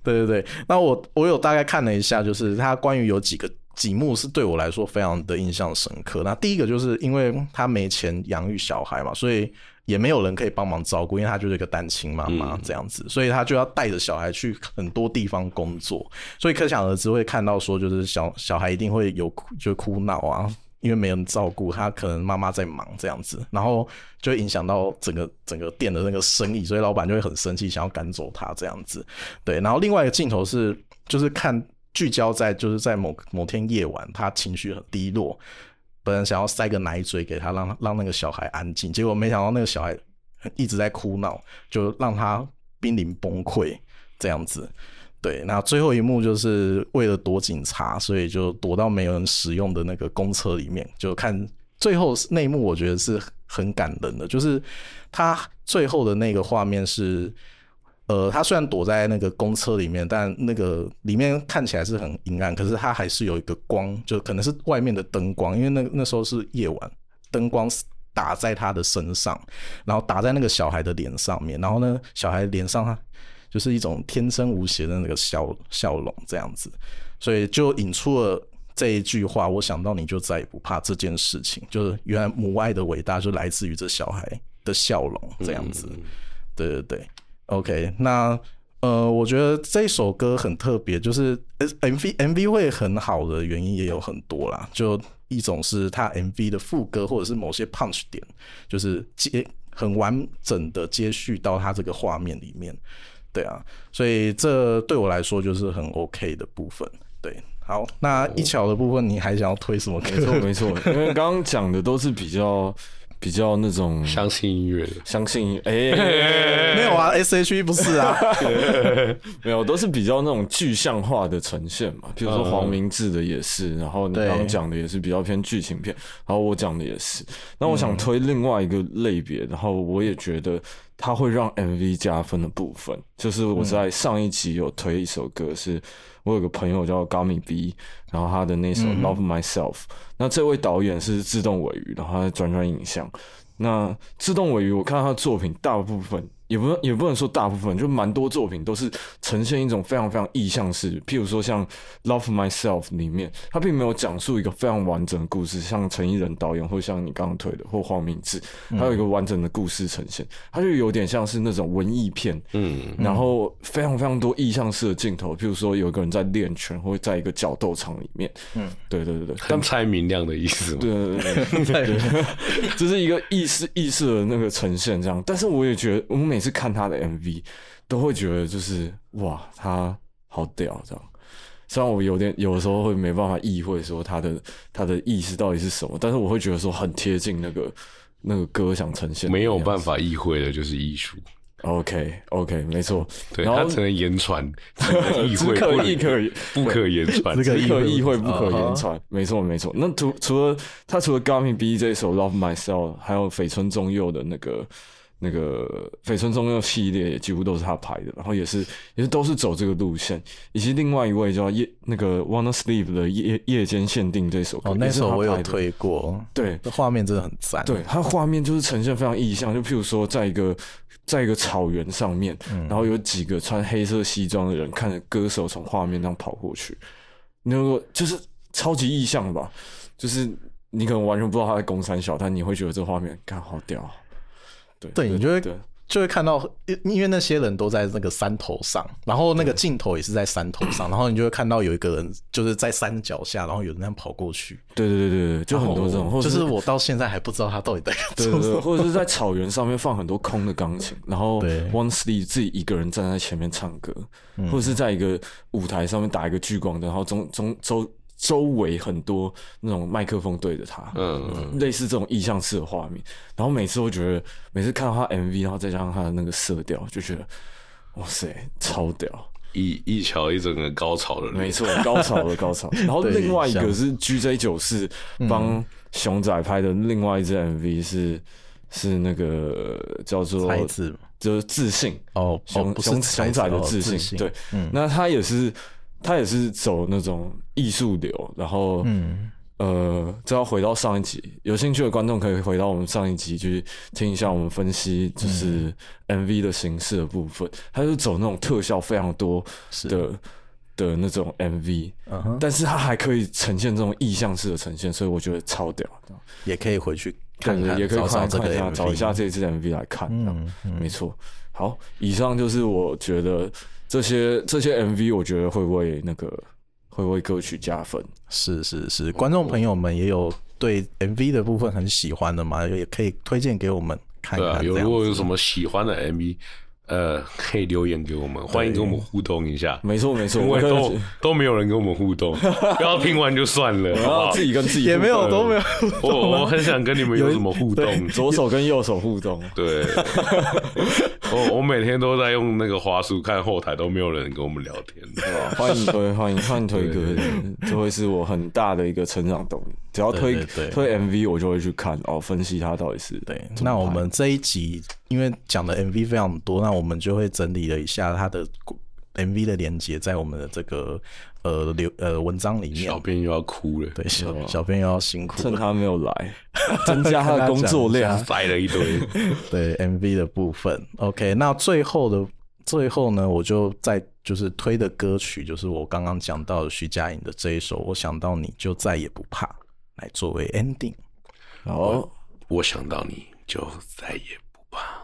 [SPEAKER 1] 对对对，那我我有大概看了一下，就是它关于有几个几幕是对我来说非常的印象深刻。那第一个就是因为他没钱养育小孩嘛，所以。也没有人可以帮忙照顾，因为他就是一个单亲妈妈这样子，所以他就要带着小孩去很多地方工作，所以可想而知会看到说，就是小小孩一定会有哭就哭闹啊，因为没人照顾，他可能妈妈在忙这样子，然后就会影响到整个整个店的那个生意，所以老板就会很生气，想要赶走他这样子。对，然后另外一个镜头是，就是看聚焦在就是在某某天夜晚，他情绪很低落，本来想要塞个奶嘴给他，让让那个小孩安静，结果没想到那个小孩一直在哭闹，就让他濒临崩溃这样子。对，那最后一幕就是为了躲警察，所以就躲到没有人使用的那个公车里面，就看最后那一幕，我觉得是很感人的，就是他最后的那个画面是。呃，他虽然躲在那个公车里面，但那个里面看起来是很阴暗，可是他还是有一个光，就可能是外面的灯光，因为那那时候是夜晚，灯光打在他的身上，然后打在那个小孩的脸上面，然后呢，小孩脸上他就是一种天真无邪的那个笑笑容这样子，所以就引出了这一句话，我想到你就再也不怕这件事情，就是原来母爱的伟大就来自于这小孩的笑容这样子，对对对，OK，那呃，我觉得这首歌很特别，就是呃 M V M V 会很好的原因也有很多啦，就一种是它 M V 的副歌或者是某些 punch 点，就是接很完整的接续到它这个画面里面，对啊，所以这对我来说就是很 OK 的部分，对。好，那一巧的部分，你还想要推什么歌？
[SPEAKER 3] 没错没错，因为刚刚讲的都是比较比较那种
[SPEAKER 2] 相信音乐的，
[SPEAKER 3] 相信哎、欸
[SPEAKER 1] 没有啊，S H E 不是啊，
[SPEAKER 3] 没有，都是比较那种具象化的呈现嘛。比如说黄明志的也是，然后你刚刚讲的也是比较偏剧情片，然后我讲的也是。那我想推另外一个类别，然后我也觉得它会让 MV 加分的部分，就是我在上一集有推一首歌是。我有个朋友叫 Gummy B，然后他的那首《Love Myself》，那这位导演是自动尾鱼，然后他转转影像。那自动尾鱼，我看他的作品大部分也不也不能说大部分，就蛮多作品都是呈现一种非常非常意象式，譬如说像《Love Myself》里面，他并没有讲述一个非常完整的故事，像陈奕仁导演或像你刚刚推的或黄明志，他有一个完整的故事呈现，他就有点像是那种文艺片，
[SPEAKER 2] 嗯，
[SPEAKER 3] 然后非常非常多意象式的镜头，譬如说有一个人在练拳，或者在一个角斗场里面，嗯，对对对对，
[SPEAKER 2] 很蔡明亮的意思嘛。
[SPEAKER 3] 对对对对对， 这是一个意识意识的那个呈现，这样。但是我也觉得，我每次看他的 MV，都会觉得就是哇，他好屌这样。虽然我有点有的时候会没办法意会说他的他的意思到底是什么，但是我会觉得说很贴近那个那个歌想呈现的
[SPEAKER 2] 没有
[SPEAKER 3] 样
[SPEAKER 2] 办
[SPEAKER 3] 子。
[SPEAKER 2] 法意会的就是艺术，
[SPEAKER 3] OK OK，没错。
[SPEAKER 2] 对
[SPEAKER 3] 然
[SPEAKER 2] 他
[SPEAKER 3] 后
[SPEAKER 2] 只能言传，只能意
[SPEAKER 3] 只
[SPEAKER 2] 会，
[SPEAKER 3] 可
[SPEAKER 2] 不
[SPEAKER 3] 意
[SPEAKER 2] 能
[SPEAKER 3] 可以。
[SPEAKER 2] 不可言传。
[SPEAKER 1] 只可
[SPEAKER 3] 只可意会不
[SPEAKER 1] 啊
[SPEAKER 3] 可言
[SPEAKER 1] 哈
[SPEAKER 3] 传，没错没错。那除除了他除了 Gummy B 这一首 Love Myself，还有绯村中佑的那个那个绯村中佑系列也几乎都是他拍的，然后也是也是都是走这个路线，以及另外一位叫夜那个 Wanna Sleep 的夜夜间限定这首 歌，
[SPEAKER 1] 哦，
[SPEAKER 3] 也
[SPEAKER 1] 那
[SPEAKER 3] 是
[SPEAKER 1] 首
[SPEAKER 3] 他
[SPEAKER 1] 我有
[SPEAKER 3] 拍的，
[SPEAKER 1] 推过，
[SPEAKER 3] 对，
[SPEAKER 1] 这画面真的很赞。
[SPEAKER 3] 对，它画面就是呈现非常意象，就譬如说，在一个在一个草原上面，
[SPEAKER 1] 嗯
[SPEAKER 3] 然后有几个穿黑色西装的人看着歌手从画面上跑过去，那个就是超级意象吧，就是你可能完全不知道他在攻三小，但你会觉得这画面看好屌啊，对
[SPEAKER 1] 对你就会
[SPEAKER 3] 对
[SPEAKER 1] 就会看到，因因为那些人都在那个山头上，然后那个镜头也是在山头 上，然后你就会看到有一个人就是在山脚下，然后有人那样跑过去，哦
[SPEAKER 3] 对对对对对，就很多这种，或者
[SPEAKER 1] 就是是我到现在还不知道他到底在
[SPEAKER 3] 对
[SPEAKER 1] 做
[SPEAKER 3] 对
[SPEAKER 1] 什
[SPEAKER 3] 对，
[SPEAKER 1] 么。
[SPEAKER 3] 或者是在草原上面放很多空的钢琴，然后
[SPEAKER 1] 对嗯
[SPEAKER 3] One Sleep 自己一个人站在前面唱歌，或者是在一个舞台上面打一个聚光灯，然后中中周周围很多那种麦克风对着他，
[SPEAKER 2] 嗯，
[SPEAKER 3] 类似这种意象式的画面。然后每次我觉得，每次看到他 MV，然后再加上他的那个色调，就觉得哇塞，超屌！
[SPEAKER 2] 一一瞧一整个高潮的
[SPEAKER 3] 没
[SPEAKER 2] 人，
[SPEAKER 3] 错，高潮了，高潮。 嗯然后
[SPEAKER 1] 对
[SPEAKER 3] 另外一个
[SPEAKER 1] 像
[SPEAKER 3] 是 GJ 九四帮熊仔拍的另外一支 MV 是是那个叫做
[SPEAKER 1] 才子
[SPEAKER 3] 就是自信
[SPEAKER 1] 哦哦
[SPEAKER 3] 熊
[SPEAKER 1] 不是
[SPEAKER 3] 熊
[SPEAKER 1] 才
[SPEAKER 3] 熊仔的
[SPEAKER 1] 哦
[SPEAKER 3] 自
[SPEAKER 1] 自
[SPEAKER 3] 信嗯
[SPEAKER 1] 信
[SPEAKER 3] 对，那他也是他也是走那种艺术流，然后嗯。呃，这要回到上一集，有兴趣的观众可以回到我们上一集去听一下我们分析，就是 MV 的形式的部分。他就走那种特效非常多的的那种 MV，、但
[SPEAKER 1] 嗯
[SPEAKER 3] 是他还可以呈现这种意象式的呈现，所以我觉得超屌。
[SPEAKER 1] 也可以回去
[SPEAKER 3] 对
[SPEAKER 1] 看看，
[SPEAKER 3] 也可以
[SPEAKER 1] 找
[SPEAKER 3] 看
[SPEAKER 1] 找这
[SPEAKER 3] 看
[SPEAKER 1] 个
[SPEAKER 3] 一下，找一下
[SPEAKER 1] MV。
[SPEAKER 3] 这支 MV 来看。嗯，没错。好，以上就是我觉得这些这些 MV，我觉得会为那个会为歌曲加分。
[SPEAKER 1] 是是是，观众朋友们也有对 MV 的部分很喜欢的嘛，也可以推荐给我们看
[SPEAKER 2] 对
[SPEAKER 1] 看
[SPEAKER 2] 啊，
[SPEAKER 1] 这样
[SPEAKER 2] 有
[SPEAKER 1] 子。
[SPEAKER 2] 如果有什么喜欢的 MV，呃，可以留言给我们，欢迎跟我们互动一下。
[SPEAKER 3] 没错，没错，
[SPEAKER 2] 因
[SPEAKER 3] 嗯我
[SPEAKER 2] 为
[SPEAKER 3] 跟
[SPEAKER 2] 都都没有人跟我们互 动，不要听完就算了，
[SPEAKER 3] 我
[SPEAKER 2] 好不
[SPEAKER 3] 要
[SPEAKER 2] 好？
[SPEAKER 3] 自己跟自己
[SPEAKER 1] 也没
[SPEAKER 3] 互
[SPEAKER 1] 有
[SPEAKER 3] 动
[SPEAKER 1] 都没有，
[SPEAKER 2] 我 我很想跟你们有什么互动，
[SPEAKER 3] 左手跟右手互动。
[SPEAKER 2] 对，我我 每天都在用那个花束看后台，都没有人跟我们聊天。
[SPEAKER 3] 对吧 欢迎推，欢迎欢迎推歌
[SPEAKER 2] 对，
[SPEAKER 3] 这会是我很大的一个成长动力。只要推
[SPEAKER 1] 对对对
[SPEAKER 3] 推 MV，我就会去看哦，分析它到底是
[SPEAKER 1] 对，
[SPEAKER 3] 怎么
[SPEAKER 1] 那我
[SPEAKER 3] 拍
[SPEAKER 1] 们这一集因为讲的 MV 非常多，那我们就会整理了一下它的 MV 的连接在我们的这个呃流呃文章里面
[SPEAKER 2] 小。编又要哭了，
[SPEAKER 1] 对，小小编又要辛苦
[SPEAKER 3] 嗯趁
[SPEAKER 1] 了。
[SPEAKER 3] 他没有 来，增加他的工作量。
[SPEAKER 2] 塞了一堆。
[SPEAKER 1] 对 MV 的部分，OK，那最后的最后呢，我就在就是推的歌曲，就是我刚刚讲到的徐佳莹的这一首《我想到你就再也不怕》来作为 ending。
[SPEAKER 3] 好。
[SPEAKER 2] 我想到你就再也不怕。